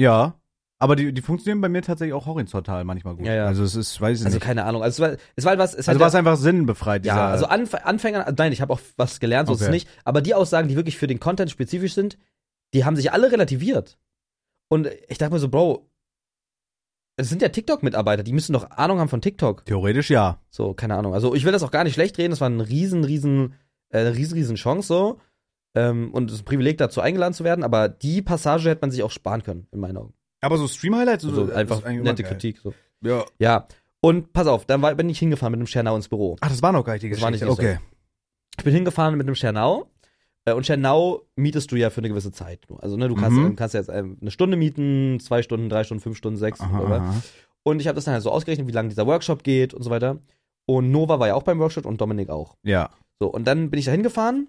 ja. Aber die, die funktionieren bei mir tatsächlich auch horizontal manchmal gut.
Ja, ja.
Also es ist, weiß ich
Also
nicht.
keine Ahnung. Also es war, es war was, es
Also
hat-
war es einfach sinnbefreit, dieser.
ja, also Anf Anfänger, also nein, ich habe auch was gelernt, so ist es
Okay.
nicht. Aber die Aussagen, die wirklich für den Content spezifisch sind, die haben sich alle relativiert. Und ich dachte mir so, Bro, das sind ja TikTok-Mitarbeiter, die müssen doch Ahnung haben von TikTok.
theoretisch ja.
So, keine Ahnung. Also ich will das auch gar nicht schlecht reden. Das war ein riesen, riesen, äh, eine riesen, riesen Chance so. Ähm, und es ist ein Privileg, dazu eingeladen zu werden. Aber die Passage hätte man sich auch sparen können, in meinen Augen.
Aber so Stream-Highlights und
Also
so, das
einfach
ist eigentlich
nette
immer geil.
Kritik. So.
Ja.
Ja. Und pass auf, dann war, bin ich hingefahren mit dem Schernau ins Büro.
Ach, das war noch gar nicht die
Das
Geschichte.
war nicht die
okay.
Ich bin hingefahren mit dem Schernau. Äh, und Schernau mietest du ja für eine gewisse Zeit. nur. Also, ne, du kannst,
Mhm.
du kannst jetzt ähm, eine Stunde mieten, zwei Stunden, drei Stunden, fünf Stunden, sechs.
Aha,
oder was.
aha.
Und ich habe das dann halt so ausgerechnet, wie lange dieser Workshop geht und so weiter. Und Nova war ja auch beim Workshop und Dominik auch.
Ja.
So, und dann bin ich da hingefahren.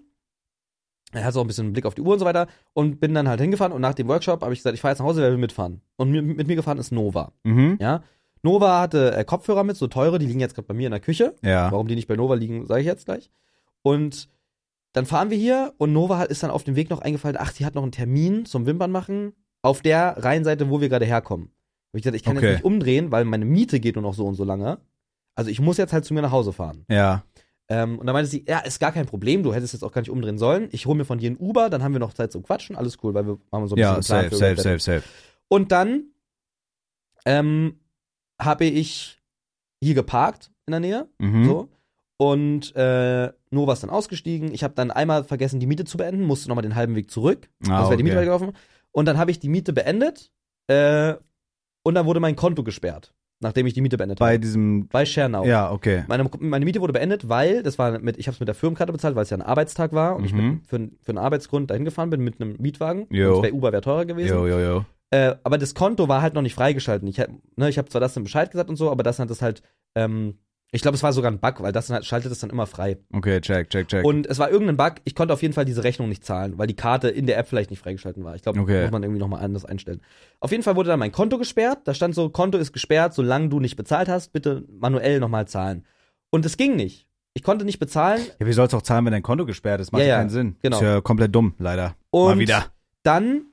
Er hat so ein bisschen einen Blick auf die Uhr und so weiter. Und bin dann halt hingefahren. Und nach dem Workshop habe ich gesagt, ich fahre jetzt nach Hause, wer will mitfahren? Und mi- mit mir gefahren ist Nova.
Mhm.
Ja. Nova hatte äh, Kopfhörer mit, so teure, die liegen jetzt gerade bei mir in der Küche.
Ja.
Warum die nicht bei Nova liegen, sage ich jetzt gleich. Und dann fahren wir hier und Nova hat, ist dann auf dem Weg noch eingefallen, ach, sie hat noch einen Termin zum Wimpernmachen auf der Rheinseite, wo wir gerade herkommen. Hab ich gesagt, ich kann
Okay.
jetzt nicht umdrehen, weil meine Miete geht nur noch so und so lange. Also ich muss jetzt halt zu mir nach Hause fahren.
Ja.
Ähm, und dann meinte sie, ja, ist gar kein Problem, du hättest jetzt auch gar nicht umdrehen sollen. Ich hole mir von dir ein Uber, dann haben wir noch Zeit zum Quatschen, alles cool, weil wir haben so ein
Ja,
bisschen einen
safe,
Plan für
safe,
Red Dead.
safe, safe.
Und dann ähm, habe ich hier geparkt in der Nähe,
Mhm.
so. Und äh, Nova ist dann ausgestiegen. Ich habe dann einmal vergessen, die Miete zu beenden, musste nochmal den halben Weg zurück.
Ah,
das wäre die Miete
okay.
weitergelaufen. Und dann habe ich die Miete beendet äh, und dann wurde mein Konto gesperrt, nachdem ich die Miete beendet
Bei
habe.
diesem.
Bei Schernau.
Ja, okay.
Meine, meine Miete wurde beendet, weil das war mit, ich habe es mit der Firmenkarte bezahlt, weil es ja ein Arbeitstag war und ich
Mhm.
mit, für, für einen Arbeitsgrund dahin gefahren bin mit einem Mietwagen.
Jo.
Und bei Uber wäre teurer
Jo,
gewesen.
jo, jo.
Äh, aber das Konto war halt noch nicht freigeschaltet. Ich, hab- ne, ich habe zwar das dann Bescheid gesagt und so, aber das hat das halt, ähm, ich glaube, es war sogar ein Bug, weil das dann halt, schaltet es dann immer frei.
Okay, check, check, check.
Und es war irgendein Bug. Ich konnte auf jeden Fall diese Rechnung nicht zahlen, weil die Karte in der App vielleicht nicht freigeschalten war. Ich glaube,
Okay.
muss man irgendwie nochmal anders einstellen. Auf jeden Fall wurde dann mein Konto gesperrt. Da stand so, Konto ist gesperrt, solange du nicht bezahlt hast, bitte manuell nochmal zahlen. Und es ging nicht. Ich konnte nicht bezahlen
Ja, wie sollst du auch zahlen, wenn dein Konto gesperrt ist? Macht
Ja,
ja,
ja,
keinen Sinn.
genau.
Ist ja komplett dumm, leider.
und
Mal wieder.
dann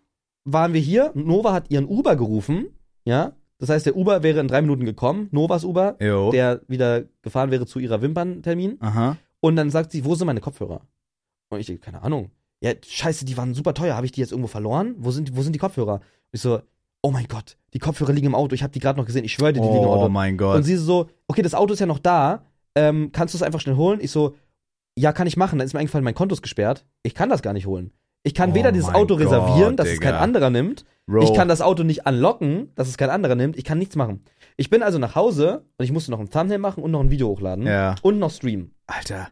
waren wir hier. Nova hat ihren Uber gerufen, ja. Das heißt, der Uber wäre in drei Minuten gekommen, Novas Uber,
Jo.
der wieder gefahren wäre zu ihrer Wimperntermin.
Aha.
Und dann sagt sie, wo sind meine Kopfhörer? Und ich denke, keine Ahnung. Ja, scheiße, die waren super teuer. Habe ich die jetzt irgendwo verloren? Wo sind, wo sind die Kopfhörer? Und ich so, oh mein Gott, die Kopfhörer liegen im Auto. Ich habe die gerade noch gesehen. Ich schwöre dir, die liegen im
Oh
Auto.
mein
Und
Gott.
sie so, okay, das Auto ist ja noch da. Ähm, kannst du es einfach schnell holen? Ich so, ja, kann ich machen. Dann ist mir eingefallen, mein Konto ist gesperrt. Ich kann das gar nicht holen. Ich kann
Oh
weder dieses
mein
Auto
Gott,
reservieren, dass es
Digga.
kein anderer nimmt.
Bro.
Ich kann das Auto nicht anlocken, dass es kein anderer nimmt. Ich kann nichts machen. Ich bin also nach Hause und ich musste noch ein Thumbnail machen und noch ein Video hochladen
Ja.
und noch streamen.
Alter.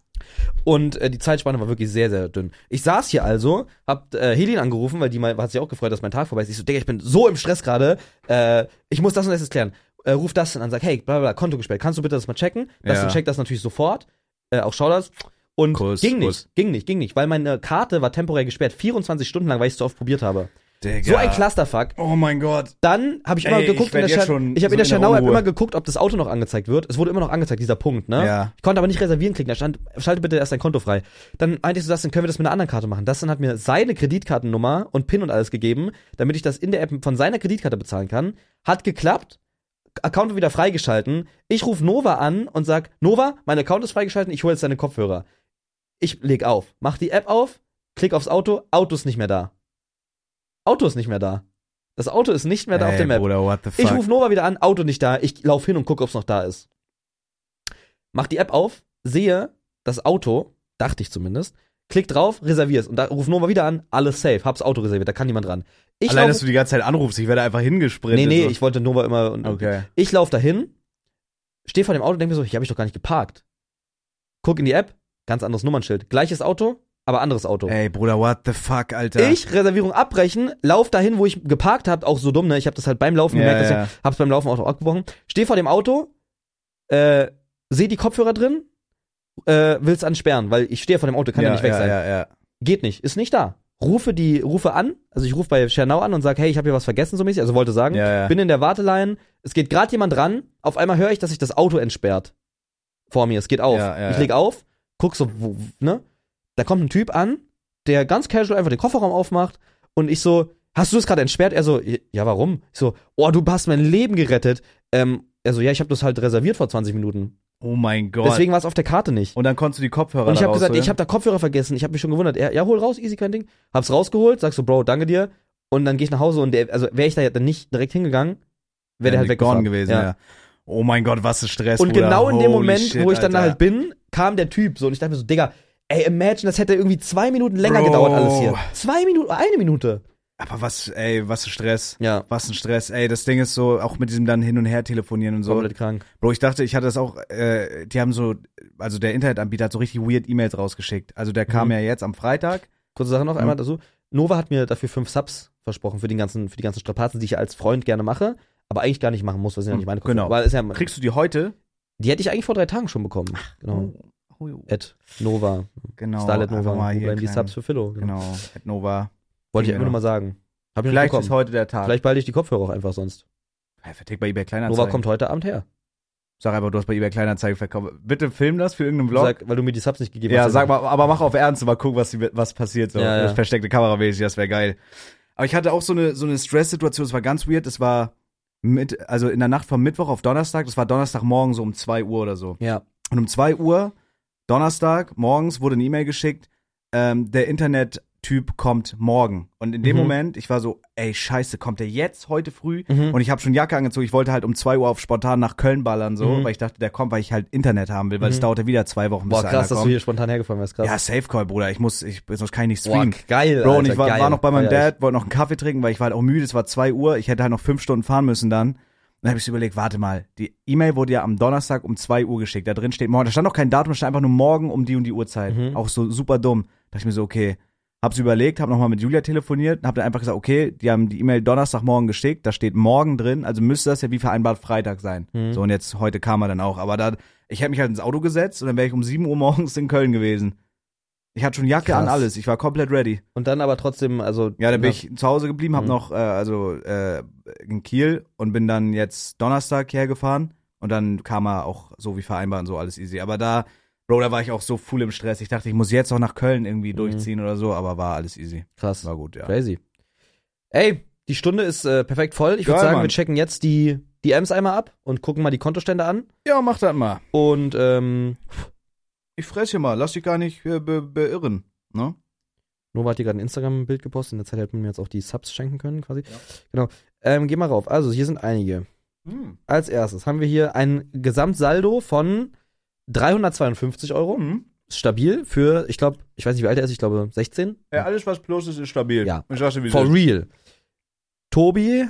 Und äh, die Zeitspanne war wirklich sehr, sehr dünn. Ich saß hier also, hab äh, Helin angerufen, weil die mal, hat sich auch gefreut, dass mein Tag vorbei ist. Ich so, Digga, ich bin so im Stress gerade. Äh, ich muss das und das jetzt klären. Äh, ruf das dann an, sag, hey, bla bla, bla, Konto gesperrt. Kannst du bitte das mal checken? Das
Ja.
dann checkt das natürlich sofort. Äh, auch Shoutouts. Und
Kuss,
ging nicht,
Kuss.
ging nicht, ging nicht, weil meine Karte war temporär gesperrt, 24 Stunden lang, weil ich es zu oft probiert habe.
Digga.
So ein Clusterfuck.
Oh mein Gott.
Dann habe ich immer
Ey,
geguckt
ich
in
werd
der Schern-
jetzt schon
ich habe in der
so in der
Schernau App
Unruhe.
immer geguckt, ob das Auto noch angezeigt wird. Es wurde immer noch angezeigt, dieser Punkt, ne?
Ja.
Ich konnte aber nicht reservieren klicken. Da stand schalte bitte erst dein Konto frei. Dann meinte ich so, das dann können wir das mit einer anderen Karte machen. Das dann hat mir seine Kreditkartennummer und PIN und alles gegeben, damit ich das in der App von seiner Kreditkarte bezahlen kann. Hat geklappt. Account war wieder freigeschalten. Ich rufe Nova an und sag, Nova, mein Account ist freigeschalten, ich hole jetzt deine Kopfhörer. Ich leg auf, mach die App auf, klick aufs Auto, Auto ist nicht mehr da. Auto ist nicht mehr da. Das Auto ist nicht mehr da auf
Ey,
der Map.
Bruder, what the fuck?
Ich rufe Nova wieder an, Auto nicht da. Ich lauf hin und guck, ob's noch da ist. Mach die App auf, sehe das Auto, dachte ich zumindest. Klick drauf, reservier's. Und da ruf Nova wieder an, alles safe, hab's Auto reserviert, da kann niemand ran. Ich
Allein, dass
lauf,
du die ganze Zeit anrufst, ich werde einfach
nee,
hingesprintet.
nee,
so.
ich wollte Nova immer. Und,
Okay.
Ich lauf dahin, stehe vor dem Auto und denk mir so, hier habe ich doch gar nicht geparkt. Guck in die App, ganz anderes Nummernschild. Gleiches Auto, aber anderes Auto.
Ey, Bruder, what the fuck, Alter.
Ich, Reservierung abbrechen, lauf dahin, wo ich geparkt hab, auch so dumm, ne? Ich hab das halt beim Laufen
Ja,
gemerkt,
ja.
dass ich hab's beim Laufen auch abgebrochen. Steh vor dem Auto, äh, seh die Kopfhörer drin, äh, will's ansperren, weil ich stehe vor dem Auto, kann ja, nicht weg
ja,
sein.
Ja, ja.
Geht nicht, ist nicht da. Rufe die, rufe an, also ich rufe bei Schernau an und sag, hey, ich habe hier was vergessen, so mäßig, also wollte sagen,
Ja, ja.
bin in der Warteline, es geht gerade jemand ran, auf einmal höre ich, dass sich das Auto entsperrt. Vor mir, es geht auf.
Ja, ja,
ich
ja.
leg auf, guck so, wo, ne? Da kommt ein Typ an, der ganz casual einfach den Kofferraum aufmacht und ich so, hast du das gerade entsperrt? Er so, ja, warum? Ich so, oh, du hast mein Leben gerettet. Ähm, er so, ja, ich habe das halt reserviert vor 20 Minuten.
Oh mein Gott.
Deswegen war es auf der Karte nicht.
und dann konntest du die Kopfhörer
Und ich
da
habe gesagt,
rausholen?
ich habe da Kopfhörer vergessen. Ich habe mich schon gewundert. Er, ja, hol raus, easy, kein Ding. Hab's rausgeholt, sagst so, Bro, danke dir. Und dann gehe ich nach Hause und der, also wäre ich da ja dann nicht direkt hingegangen, wäre der halt
Wären die gone
weggefahren.
gewesen, ja.
Ja.
Oh mein Gott, was ein Stress,
Und
Bruder.
genau in dem
Holy
Moment,
shit,
wo ich dann da
Alter.
halt bin, kam der Typ so und ich dachte mir so, Digga, ey, imagine, das hätte irgendwie zwei Minuten länger gedauert
Bro.
alles hier. Zwei Minuten, eine Minute.
Aber was, ey, was ein Stress.
Ja,
Was ein Stress, ey, das Ding ist so, auch mit diesem dann hin und her telefonieren und so.
komplett krank.
Bro, ich dachte, ich hatte das auch, äh, die haben so, also der Internetanbieter hat so richtig weird E-Mails rausgeschickt. Also der kam
Mhm.
ja jetzt am Freitag.
Kurze Sache noch
Mhm.
einmal dazu. Nova hat mir dafür fünf Subs versprochen für, den ganzen, für die ganzen Strapazen, die ich als Freund gerne mache, aber eigentlich gar nicht machen muss, weil sie ja nicht meine Kopfhörer.
Genau.
Weil ist ja,
Kriegst du die heute?
die hätte ich eigentlich vor drei Tagen schon bekommen. Genau.
Oh, oh,
At Nova.
Genau.
Starlet Nova.
einfach mal
Wo
hier
bleiben die
klein-
Subs für Philo? Genau.
Genau, at Nova.
Wollte ich einfach
Genau.
nur mal sagen. Hab ich noch nicht
Vielleicht ist
bekommen.
heute der Tag.
Vielleicht behalte ich die Kopfhörer auch einfach sonst.
Ja, Vertick bei eBay Kleinanzeigen.
Nova kommt heute Abend her.
Sag einfach, du hast bei eBay Kleinanzeigen verkauft. Bitte film das für irgendeinen Vlog.
Sag, weil du mir die Subs nicht gegeben hast.
ja, sag mal, aber mach auf Ernst und mal gucken, was, die- was passiert. So.
Ja, ja.
Das versteckte Kamera mäßig, das wäre geil. Aber ich hatte auch so eine, so eine Stress-Situation, es war ganz weird. Es war mit, also in der Nacht vom Mittwoch auf Donnerstag, das war Donnerstagmorgen so um 2 Uhr oder so.
Ja.
Und um 2 Uhr, Donnerstag, morgens wurde eine E-Mail geschickt, ähm, der Internettyp kommt morgen. Und in dem
Mhm.
Moment, ich war so, ey, scheiße, kommt der jetzt heute früh?
Mhm.
Und ich habe schon Jacke angezogen. Ich wollte halt um 2 Uhr auf spontan nach Köln ballern, so,
Mhm.
weil ich dachte, der kommt, weil ich halt Internet haben will, weil es
Mhm.
dauerte wieder zwei Wochen, bis
Boah,
da
krass,
einer
dass du
kommt.
hier spontan hergefahren wärst. Krass.
ja, Safe Call, Bruder. Ich muss, ich, sonst kann ich nicht
Boah,
streamen.
geil.
Bro,
Alter,
und ich war,
geil.
war noch bei meinem
Feier ich.
Dad, wollte noch einen Kaffee trinken, weil ich war halt auch müde, es war 2 Uhr, ich hätte halt noch fünf Stunden fahren müssen dann. Dann habe ich so überlegt, warte mal, die E-Mail wurde ja am Donnerstag um 2 Uhr geschickt. Da drin steht morgen, da stand noch kein Datum, da stand einfach nur morgen um die und die Uhrzeit.
Mhm.
Auch so super dumm. Dachte ich mir so, okay, hab's überlegt, hab nochmal mit Julia telefoniert, hab dann einfach gesagt, okay, die haben die E-Mail Donnerstagmorgen geschickt, da steht morgen drin, also müsste das ja wie vereinbart Freitag sein.
Mhm.
So und jetzt heute kam er dann auch, aber da ich hätte mich halt ins Auto gesetzt und dann wäre ich um 7 Uhr morgens in Köln gewesen. Ich hatte schon Jacke an
Krass.
alles, ich war komplett ready.
Und dann aber trotzdem, also.
Ja, da bin
na,
ich zu Hause geblieben, hab
Mhm.
noch, äh, also äh, in Kiel und bin dann jetzt Donnerstag hergefahren und dann kam er auch so wie vereinbart und so alles easy. Aber da Bro, da war ich auch so full im Stress. Ich dachte, ich muss jetzt auch nach Köln irgendwie
Mhm.
durchziehen oder so, aber war alles easy.
Krass.
War gut, ja.
Crazy. Ey, die Stunde ist äh, perfekt voll. Ich würde
Geil,
sagen,
Mann.
wir checken jetzt die DMs einmal ab und gucken mal die Kontostände an.
Ja, mach das mal.
Und ähm,
Ich fress hier mal, lass dich gar nicht äh, be beirren. Ne?
Nova hat hier gerade ein Instagram-Bild gepostet. In der Zeit hätten wir jetzt auch die Subs schenken können, quasi. Genau. Ähm, geh mal rauf. Also, hier sind einige.
Hm.
Als erstes haben wir hier ein Gesamtsaldo von 352 Euro.
Mhm.
Stabil für, ich glaube, ich weiß nicht, wie alt er ist, ich glaube 16.
Ja, alles, was plus ist, ist stabil.
Ja.
Ich sag's dir, wie es
For
ist.
real. Tobi,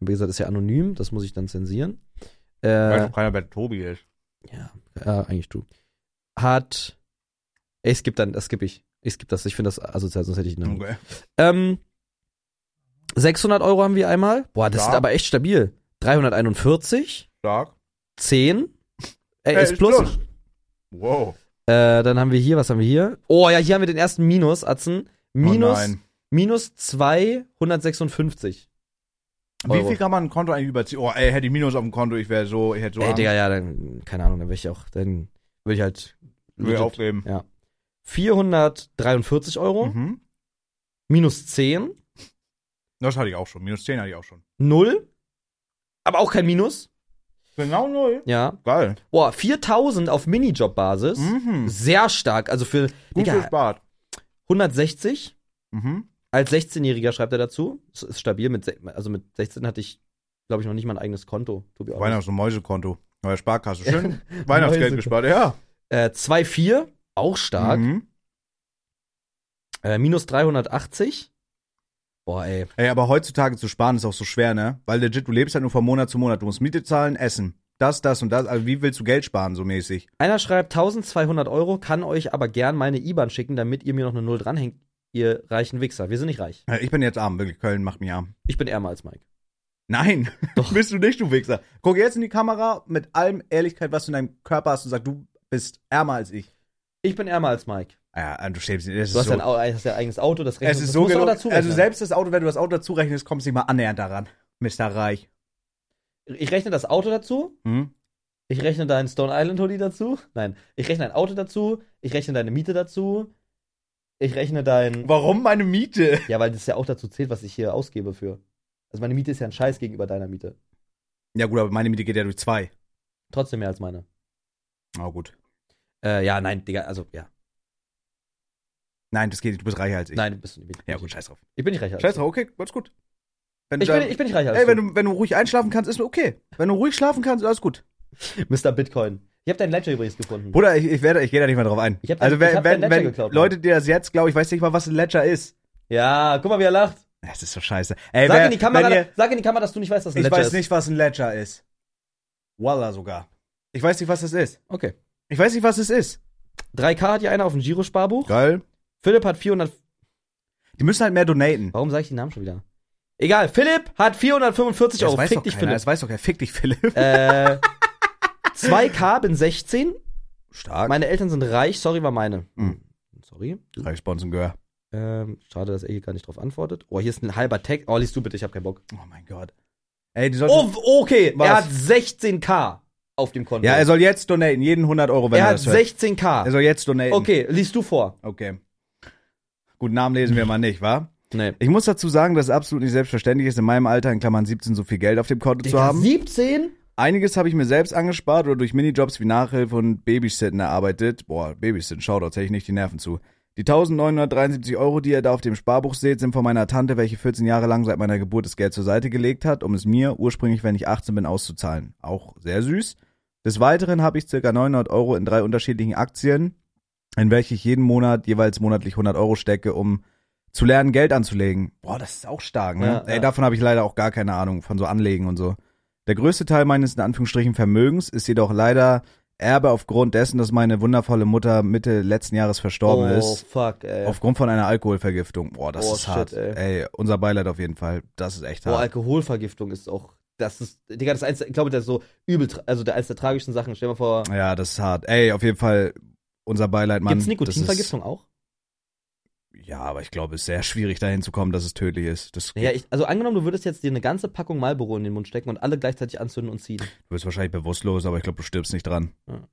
wie gesagt, ist ja anonym, das muss ich dann zensieren.
Weiß
Äh,
doch keiner, wer Tobi ist.
ja, äh, eigentlich du. Hat. Ey, Ich skip dann, das skip ich. Ich skip das, ich finde das asozial, sonst hätte ich ihn. dann-
Okay.
Ähm, 600 Euro haben wir einmal. Boah, das
Ja.
ist aber echt stabil. 341,
Stark.
10. Ey,
Äh,
ist plus.
Wow. Oh,
Äh, dann haben wir hier, was haben wir hier? Oh ja, hier haben wir den ersten Minus, Atzen.
oh
Minus,
nein.
minus 256.
Wie
Euro.
viel kann man ein Konto eigentlich überziehen? Oh, ey, hätte ich Minus auf dem Konto, ich wäre so, ich hätte so
Ey,
Angst.
Äh, Digga, ja, dann, keine Ahnung, dann würde ich auch, dann würde ich halt
Würde
legit-
aufgeben.
Ja. 443 Euro,
Mhm.
minus 10,
Das hatte ich auch schon. Minus 10 hatte ich auch schon.
0, aber auch kein Minus,
Genau null.
ja.
Geil.
Boah, 4000 auf Minijob-Basis,
Mhm.
sehr stark, also für,
Gut
Digga,
gespart.
160,
Mhm.
als 16-Jähriger schreibt er dazu, ist, ist stabil, mit, se- also mit 16 hatte ich, glaube ich, noch nicht mal ein eigenes Konto, to be honest.
Weihnachts- und Mäusekonto. Neue Sparkasse. Schön Weihnachtsgeld
Mäuse-
gespart, ja.
Äh, 2,4, auch stark,
Mhm.
äh, minus 380, boah, ey,
Ey, aber heutzutage zu sparen ist auch so schwer, ne? Weil legit, du lebst halt nur von Monat zu Monat. Du musst Miete zahlen, essen. Das, das und das. Also wie willst du Geld sparen, so mäßig?
Einer schreibt 1200 Euro, kann euch aber gern meine IBAN schicken, damit ihr mir noch eine Null dranhängt. Ihr reichen Wichser. Wir sind nicht reich.
Äh, Ich bin jetzt arm, wirklich. Köln macht mich arm.
Ich bin ärmer als Mike.
Nein,
Doch.
bist du nicht, du Wichser. Guck jetzt in die Kamera mit allem Ehrlichkeit, was du in deinem Körper hast und sag, du bist ärmer als ich.
Ich bin ärmer als Mike.
Ja, du schämst dich. Das
Du
ist
hast,
so,
dein, Au- hast dein eigenes Auto, das
es
rechnet-
ist
das
so
musst du auch
gelogen.
dazu
Also
rechnen.
selbst das Auto, wenn du das Auto dazu rechnest, kommst du nicht mal annähernd daran. Mr. Reich.
Ich rechne das Auto dazu.
Hm?
Ich rechne deinen Stone Island Hoodie dazu. Nein, ich rechne dein Auto dazu. Ich rechne deine Miete dazu. Ich rechne dein.
Warum meine Miete?
Ja, weil das ja auch dazu zählt, was ich hier ausgebe für. Also meine Miete ist ja ein Scheiß gegenüber deiner Miete.
Ja gut, aber meine Miete geht ja durch zwei.
Trotzdem mehr als meine.
Na gut.
Äh, ja, nein, Digga, also ja.
Nein, das geht nicht. Du bist reicher als ich.
Nein, du bist nicht.
Ja gut, scheiß drauf.
Ich bin nicht reicher. als
Scheiß
du.
drauf, okay, alles gut. Wenn
Ich
da-
bin, ich bin nicht reicher. als
Ey,
du.
wenn du, wenn du ruhig einschlafen kannst, ist okay. Wenn du ruhig schlafen kannst, alles gut.
Mr. Bitcoin. Ich habe deinen Ledger übrigens gefunden.
Bruder, ich, ich werde, ich gehe da nicht mehr drauf ein.
Ich hab dein-
also
ich
wenn,
hab dein
wenn,
Ledger
wenn
geklaut, Mann.
Leute dir das jetzt glauben, ich weiß nicht mal, was ein Ledger ist.
Ja, guck mal, wie er lacht.
Das ist so scheiße. Ey,
Sag,
wer,
in die Kamera,
wenn ihr,
sag in die Kamera, dass du nicht weißt, was ein
ich
Ledger
weiß
ist.
nicht, was ein Ledger ist. Walla sogar. Ich weiß nicht, was das ist.
Okay.
Ich weiß nicht, was es ist.
3K hat hier einer auf dem Girosparbuch.
Geil.
Philipp hat 400.
Die müssen halt mehr donaten.
Warum sage ich den Namen schon wieder? Egal. Philipp hat 445
Das
Euro.
weiß
Fick
doch
dich,
keiner. Das weiß doch, er fick dich, Philipp.
Philipp. Äh, 2K bin 16.
Stark.
Meine Eltern sind reich. Sorry, war meine.
Mhm.
Sorry.
Drei Sponsoren gehört.
Ähm, schade, dass er hier gar nicht drauf antwortet. Oh, hier ist ein halber Tag. Oh, liest du bitte, ich hab keinen Bock.
Oh mein Gott. Ey, die sollten,
Oh, okay.
Was?
Er hat 16K auf dem Konto.
Ja, er soll jetzt donaten. Jeden 100 Euro, wenn
er
er,
hat
das hört.
16k.
Er soll jetzt donaten.
okay, liest du vor.
Okay. Gut, Namen lesen wir mal nicht, wa?
Nee.
Ich muss dazu sagen, dass es absolut nicht selbstverständlich ist, in meinem Alter, in Klammern 17, so viel Geld auf dem Konto zu haben.
17?
Einiges habe ich mir selbst angespart oder durch Minijobs wie Nachhilfe und Babysitten erarbeitet. Boah, Babysitten, Shoutouts, hätte ich nicht die Nerven zu. Die 1973 Euro, die ihr da auf dem Sparbuch seht, sind von meiner Tante, welche 14 Jahre lang seit meiner Geburt das Geld zur Seite gelegt hat, um es mir, ursprünglich, wenn ich 18 bin, auszuzahlen. Auch sehr süß. Des Weiteren habe ich ca. 900 Euro in drei unterschiedlichen Aktien, in welche ich jeden Monat jeweils monatlich 100 Euro stecke, um zu lernen, Geld anzulegen. Boah, das ist auch stark, ne?
Ja,
Ey,
ja.
davon habe ich leider auch gar keine Ahnung, von so Anlegen und so. Der größte Teil meines in Anführungsstrichen Vermögens ist jedoch leider Erbe aufgrund dessen, dass meine wundervolle Mutter Mitte letzten Jahres verstorben
Oh,
ist.
fuck, ey.
Aufgrund von einer Alkoholvergiftung. Boah, das
Oh,
ist hart.
shit,
ey. unser Beileid auf jeden Fall. Das ist echt
Boah,
hart.
Alkoholvergiftung ist auch. Das ist, Digga, das ist eins, ich glaube, das ist so übel, tra- also der eins der tragischsten Sachen. Stell dir mal vor,
ja, das ist hart. Ey, auf jeden Fall unser Beileid, Mann.
gibt's
Das ist-
Nikotinvergiftung auch?
Ja, aber ich glaube, es ist sehr schwierig, dahin zu kommen, dass es tödlich ist. Das
Naja, ich, also angenommen, du würdest jetzt dir eine ganze Packung Marlboro in den Mund stecken und alle gleichzeitig anzünden und ziehen.
du wirst wahrscheinlich bewusstlos, aber ich glaube, du stirbst nicht dran.
Ja.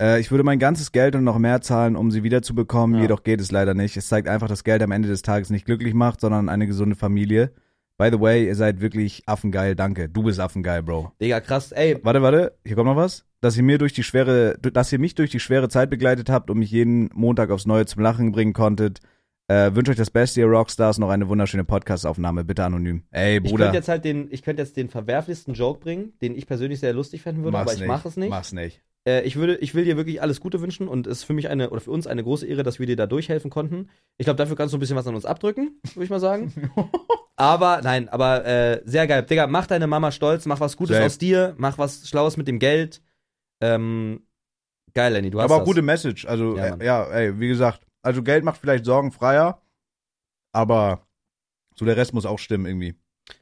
Äh, ich würde mein ganzes Geld und noch mehr zahlen, um sie wiederzubekommen,
Ja.
jedoch geht es leider nicht. Es zeigt einfach, dass Geld am Ende des Tages nicht glücklich macht, sondern eine gesunde Familie. By the way, ihr seid wirklich affengeil, danke. Du bist affengeil, Bro.
Digga, krass. Ey,
Warte, warte, hier kommt noch was. Dass ihr mir durch die schwere, dass ihr mich durch die schwere Zeit begleitet habt und mich jeden Montag aufs Neue zum Lachen bringen konntet. Äh, wünsche euch das Beste, ihr Rockstars, noch eine wunderschöne Podcast-Aufnahme, bitte anonym. Ey,
ich könnte
Bruder,
jetzt halt den, ich könnte jetzt den verwerflichsten Joke bringen, den ich persönlich sehr lustig fänden würde, aber ich mache es nicht.
Mach's nicht.
Äh, ich würde, ich will dir wirklich alles Gute wünschen und es ist für mich eine oder für uns eine große Ehre, dass wir dir da durchhelfen konnten. Ich glaube, dafür kannst du ein bisschen was an uns abdrücken, würde ich mal sagen. aber nein, aber äh, sehr geil, Digga, mach deine Mama stolz, mach was Gutes
Safe.
aus dir, mach was Schlaues mit dem Geld. Ähm, geil, Lenny, du hast
Aber auch
das.
gute Message. Also,
Ja,
ja,
Mann.
äh, ja, ey, wie gesagt, also Geld macht vielleicht sorgenfreier, aber so der Rest muss auch stimmen irgendwie.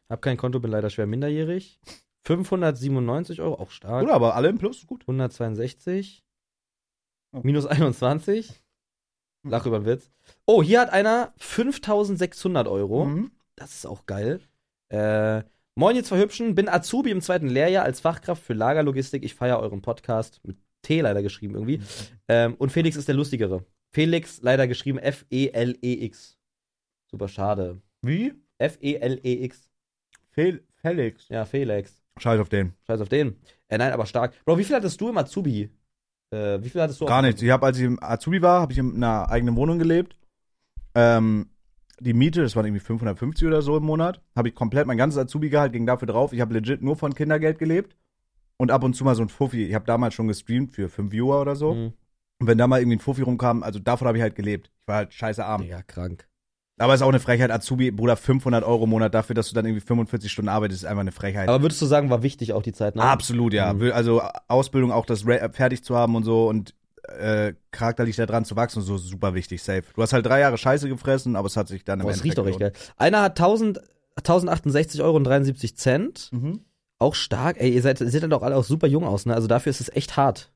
Hab kein Konto, bin leider schwer minderjährig. 597 Euro, auch stark.
Oder aber alle im Plus, gut.
162.
Oh.
Minus 21. Lach über den Witz. Oh, hier hat einer 5600 Euro.
Mhm.
Das ist auch geil. Äh, Moin, ihr zwei Hübschen. Bin Azubi im zweiten Lehrjahr als Fachkraft für Lagerlogistik. Ich feiere euren Podcast. Mit T leider geschrieben irgendwie. Ähm, und Felix ist der Lustigere. Felix leider geschrieben E F-E-L-E-X. Super schade. E
Wie?
F-E-L-E-X.
Fel Felix.
Ja, Felix.
Scheiß auf den.
Scheiß auf den. Äh, nein, aber stark. Bro, wie viel hattest du im Azubi? Äh, wie viel hattest du?
Gar nichts. Ich habe, als ich im Azubi war, habe ich in einer eigenen Wohnung gelebt. Ähm, die Miete, das waren irgendwie 550 oder so im Monat, habe ich komplett mein ganzes Azubi-Gehalt ging dafür drauf. Ich habe legit nur von Kindergeld gelebt und ab und zu mal so ein Fuffi. Ich habe damals schon gestreamt für 5 Viewer oder so.
Mhm.
Und wenn da mal irgendwie ein Fuffi rumkam, also davon habe ich halt gelebt. Ich war halt scheiße arm.
Digga, krank.
Aber ist auch eine Frechheit, Azubi, Bruder, 500 Euro im Monat dafür, dass du dann irgendwie 45 Stunden arbeitest, ist einfach eine Frechheit.
Aber würdest du sagen, war wichtig auch die Zeit, ne?
Absolut, ja.
Mhm.
Will- Also Ausbildung auch das Ra- fertig zu haben und so und äh, charakterlich da dran zu wachsen und so super wichtig, safe. Du hast halt drei Jahre Scheiße gefressen, aber es hat sich dann im
Boah, das riecht doch echt
gelohnt.
geil. Einer hat 1000, 1068 Euro und 73 Cent.
Mhm.
Auch stark. Ey, ihr seid, ihr seht dann doch alle auch super jung aus, ne? Also dafür ist es echt hart.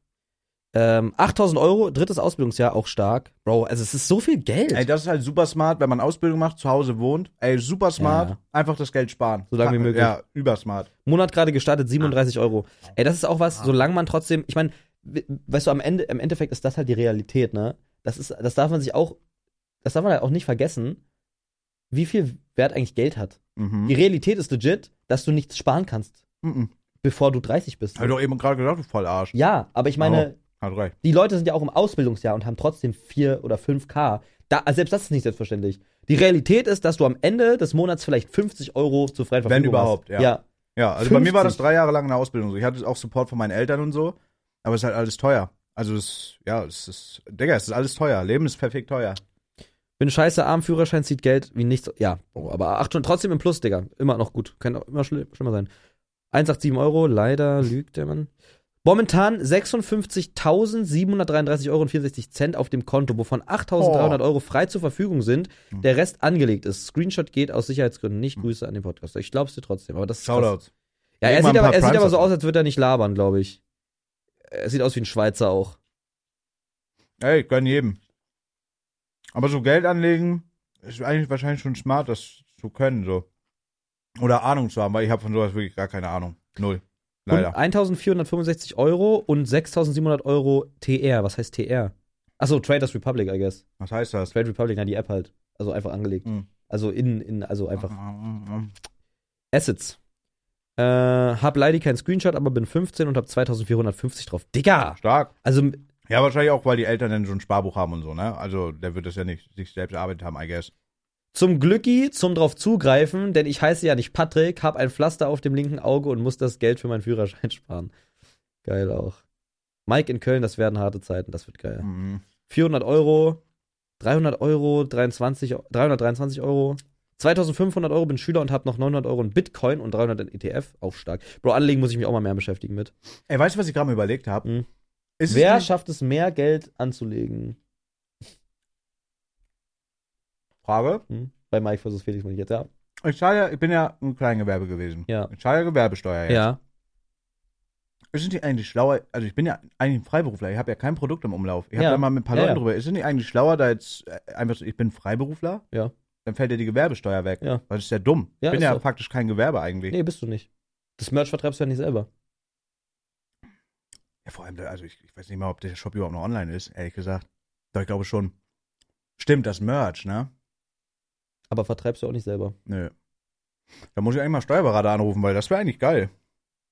Ähm, 8000 Euro, drittes Ausbildungsjahr, auch stark. Bro, also es ist so viel Geld.
Ey, das ist halt super smart, wenn man Ausbildung macht, zu Hause wohnt. Ey, super smart,
Ja.
einfach das Geld sparen.
So lange wie möglich.
Ja, übersmart.
Monat gerade
Ah.
gestartet, 37 Euro. Ey, das ist auch was, solange man trotzdem, ich meine, we- weißt du, am Ende, im Endeffekt ist das halt die Realität, ne? Das ist, das darf man sich auch, das darf man halt auch nicht vergessen, wie viel Wert eigentlich Geld hat. Die
Mhm.
Realität ist legit, dass du nichts sparen kannst,
Mhm.
bevor du 30 bist.
Hab ich doch eben gerade gesagt, du Vollarsch.
Ja, aber ich meine,
Hat recht.
die Leute sind ja auch im Ausbildungsjahr und haben trotzdem 4 oder 5K. Da, also selbst das ist nicht selbstverständlich. Die Realität ist, dass du am Ende des Monats vielleicht 50 Euro zur freien Verfügung
überhaupt,
hast.
ja.
ja.
Ja, also bei mir war das
50.
drei Jahre lang eine Ausbildung so. Ich hatte auch Support von meinen Eltern und so, aber es ist halt alles teuer. Also es, ja, es ist, Digga, es ist alles teuer. Leben ist perfekt teuer.
Bin scheiße arm, Führerschein zieht Geld wie nichts. Ja, oh, aber acht Stunden trotzdem im Plus, Digga. Immer noch gut. Kann auch immer schli- schlimmer sein. 187 Euro, leider lügt der Mann. Momentan 56.733,64 Euro Cent auf dem Konto, wovon 8.300
Oh.
Euro frei zur Verfügung sind.
Hm.
Der Rest angelegt ist. Screenshot geht aus Sicherheitsgründen nicht. Grüße an den Podcast. Ich glaub's dir trotzdem, aber das ist krass.
Shoutouts.
Ja, er
Leg mal
sieht,
ein
aber,
paar
er sieht
Primes
aber so
auf.
aus, als würde er nicht labern, glaube ich. Er sieht aus wie ein Schweizer auch.
Ey, gönn jedem. Aber so Geld anlegen ist eigentlich wahrscheinlich schon smart, das zu können, so. Oder Ahnung zu haben, weil ich habe von sowas wirklich gar keine Ahnung. Null.
Und
Leider.
1465 Euro und 6700 Euro TR. Was heißt TR? Achso, Traders Republic, I guess.
Was heißt das?
Trade Republic, na, die App halt. Also einfach angelegt.
Mhm.
Also in, in, also einfach Assets. Äh, hab leider keinen Screenshot, aber bin 15 und hab 2450 drauf. Digga!
Stark.
Also,
Ja, wahrscheinlich auch, weil die Eltern dann so ein Sparbuch haben und so, ne? Also, der wird das ja nicht sich selbst erarbeitet haben, I guess.
Zum Glücki, zum drauf zugreifen, denn ich heiße ja nicht Patrick, hab ein Pflaster auf dem linken Auge und muss das Geld für meinen Führerschein sparen. Geil auch. Mike in Köln, das werden harte Zeiten, das wird geil.
Mhm.
400 Euro, 300 Euro, 23, 323 Euro, 2500 Euro, bin Schüler und hab noch 900 Euro in Bitcoin und 300 in ETF, auch stark. Bro, anlegen muss ich mich auch mal mehr beschäftigen mit.
Ey, weißt du, was ich gerade mal überlegt habe?
Mhm.
Ist es
Wer
nicht-
schafft es, mehr Geld anzulegen?
Frage?
Hm? Bei Mike versus Felix bin ich jetzt, ja.
Ich, zahle ja, ich bin ja im Kleingewerbe gewesen.
Ja.
Ich zahle ja Gewerbesteuer jetzt.
Ja.
Ist es nicht eigentlich schlauer, also ich bin ja eigentlich ein Freiberufler, ich habe ja kein Produkt im Umlauf. Ich habe
Ja.
da mal mit ein paar
Ja,
Leuten
ja.
drüber. Ist es nicht eigentlich schlauer, da jetzt äh, einfach so, ich bin Freiberufler?
Ja.
Dann fällt ja die Gewerbesteuer weg.
Ja.
Weil das ist ja dumm.
Ja,
ich bin
ist
ja
so.
praktisch kein Gewerbe eigentlich.
Nee, bist du nicht. Das Merch vertreibst du ja nicht selber.
Ja, vor allem, also ich, ich weiß nicht mal, ob der Shop überhaupt noch online ist, ehrlich gesagt. Doch ich glaube schon. Stimmt, das Merch, ne?
Aber vertreibst du auch nicht selber.
Nö. Da muss ich eigentlich mal Steuerberater anrufen, weil das wäre eigentlich geil.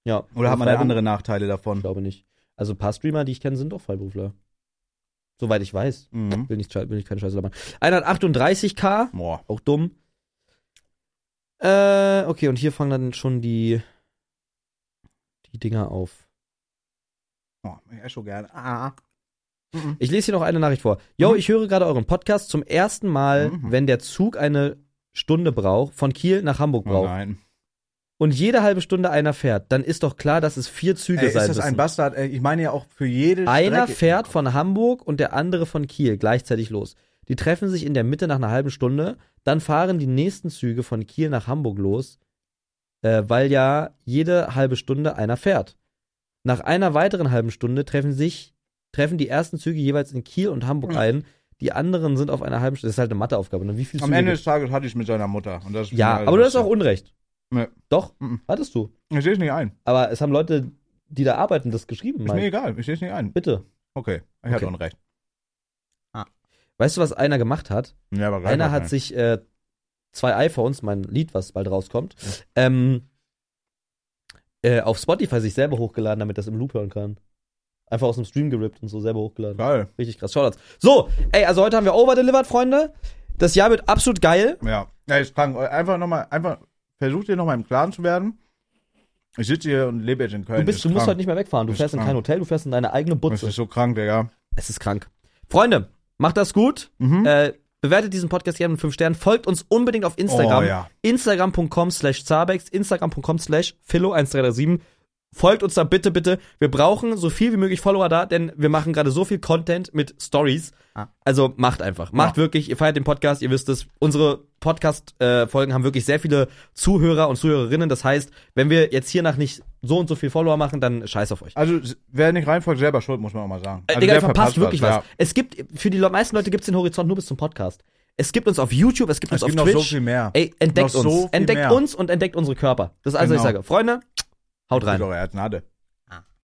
Ja.
Oder hat man da
Freiberuf-
andere Nachteile
Ich
davon?
glaube nicht. Also ein paar Streamer, die ich kenne, sind doch Freiberufler. Soweit ich weiß.
Mhm.
Will, nicht, sche- will ich keine Scheiße dabei. Einer hat 38k,
Boah.
auch dumm. Äh, okay, und hier fangen dann schon die, die Dinger auf.
Oh, ich esse schon gerne. Ah. Mhm.
Ich lese hier noch eine Nachricht vor. Yo,
Mhm.
ich höre gerade euren Podcast zum ersten Mal,
Mhm.
wenn der Zug eine Stunde braucht, von Kiel nach Hamburg
Oh
braucht.
nein.
und jede halbe Stunde einer fährt, dann ist doch klar, dass es vier Züge
Ey, ist
sein
das
müssen.
ein Bastard? Ey, ich meine ja auch für jede
Einer
Strecke.
fährt von Hamburg und der andere von Kiel gleichzeitig los. Die treffen sich in der Mitte nach einer halben Stunde, dann fahren die nächsten Züge von Kiel nach Hamburg los, äh, weil ja jede halbe Stunde einer fährt. Nach einer weiteren halben Stunde treffen sich, treffen die ersten Züge jeweils in Kiel und Hamburg
Ja.
ein. Die anderen sind auf einer halben Stunde. Das ist halt eine Matheaufgabe, ne? Wie viel
Am
Züge
Ende
gibt's?
des Tages hatte ich es mit seiner Mutter. Und das
Ja, aber du hast auch Unrecht.
Nee.
Doch,
Mhm.
hattest du.
Ich sehe es nicht ein.
Aber es haben Leute, die da arbeiten, das geschrieben.
Ist mir
Mike.
egal. Ich sehe es nicht ein.
Bitte.
Okay. Ich hatte
Okay.
Unrecht.
Weißt du, was einer gemacht hat?
Ja, aber
Einer
Reibach,
hat
ne?
sich äh, zwei iPhones, mein Lied, was bald rauskommt, ähm, äh, auf Spotify sich selber hochgeladen, damit das im Loop hören kann. Einfach aus dem Stream gerippt und so selber hochgeladen.
Geil.
Richtig krass. Shoutouts. So, ey, also heute haben wir overdelivered, Freunde. Das Jahr wird absolut geil.
Ja. Ja, ist krank. Einfach nochmal, einfach versucht ihr nochmal im Klaren zu werden. Ich sitze hier und lebe jetzt in Köln.
Du, bist,
Ist
du musst
krank.
heute nicht mehr wegfahren. Du
Ist
fährst in kein
krank.
Hotel, du fährst in deine eigene
Das
Butze.
ist so krank, Digga.
Es ist krank. Freunde, macht das gut.
Mhm.
Äh, bewertet diesen Podcast gerne mit 5 Sternen. Folgt uns unbedingt auf Instagram.
Oh, ja.
Instagram.com slash Zabex, Instagram.com slash Philo1337. Folgt uns da bitte, bitte. Wir brauchen so viel wie möglich Follower da, denn wir machen gerade so viel Content mit Stories.
Ah.
Also macht einfach. Macht wirklich. Ihr feiert den Podcast, ihr wisst es. Unsere Podcast-Folgen haben wirklich sehr viele Zuhörer und Zuhörerinnen. Das heißt, wenn wir jetzt hiernach nicht so und so viel Follower machen, dann scheiß auf euch.
Also, s- wer nicht reinfolgt, selber schuld, muss man auch mal sagen.
Äh,
Also,
Digga,
der
ihr verpasst wirklich was.
Ja.
Es gibt, für die Le- meisten Leute gibt es den Horizont nur bis zum Podcast. Es gibt uns auf YouTube, es gibt
Es
uns
gibt
auf
noch
Twitch.
so viel mehr.
Ey, entdeckt uns.
Noch so viel
entdeckt
mehr.
uns und entdeckt unsere Körper. Das ist also, was ich
Genau.
sage, Freunde, haut rein.
Ist eure Gnade.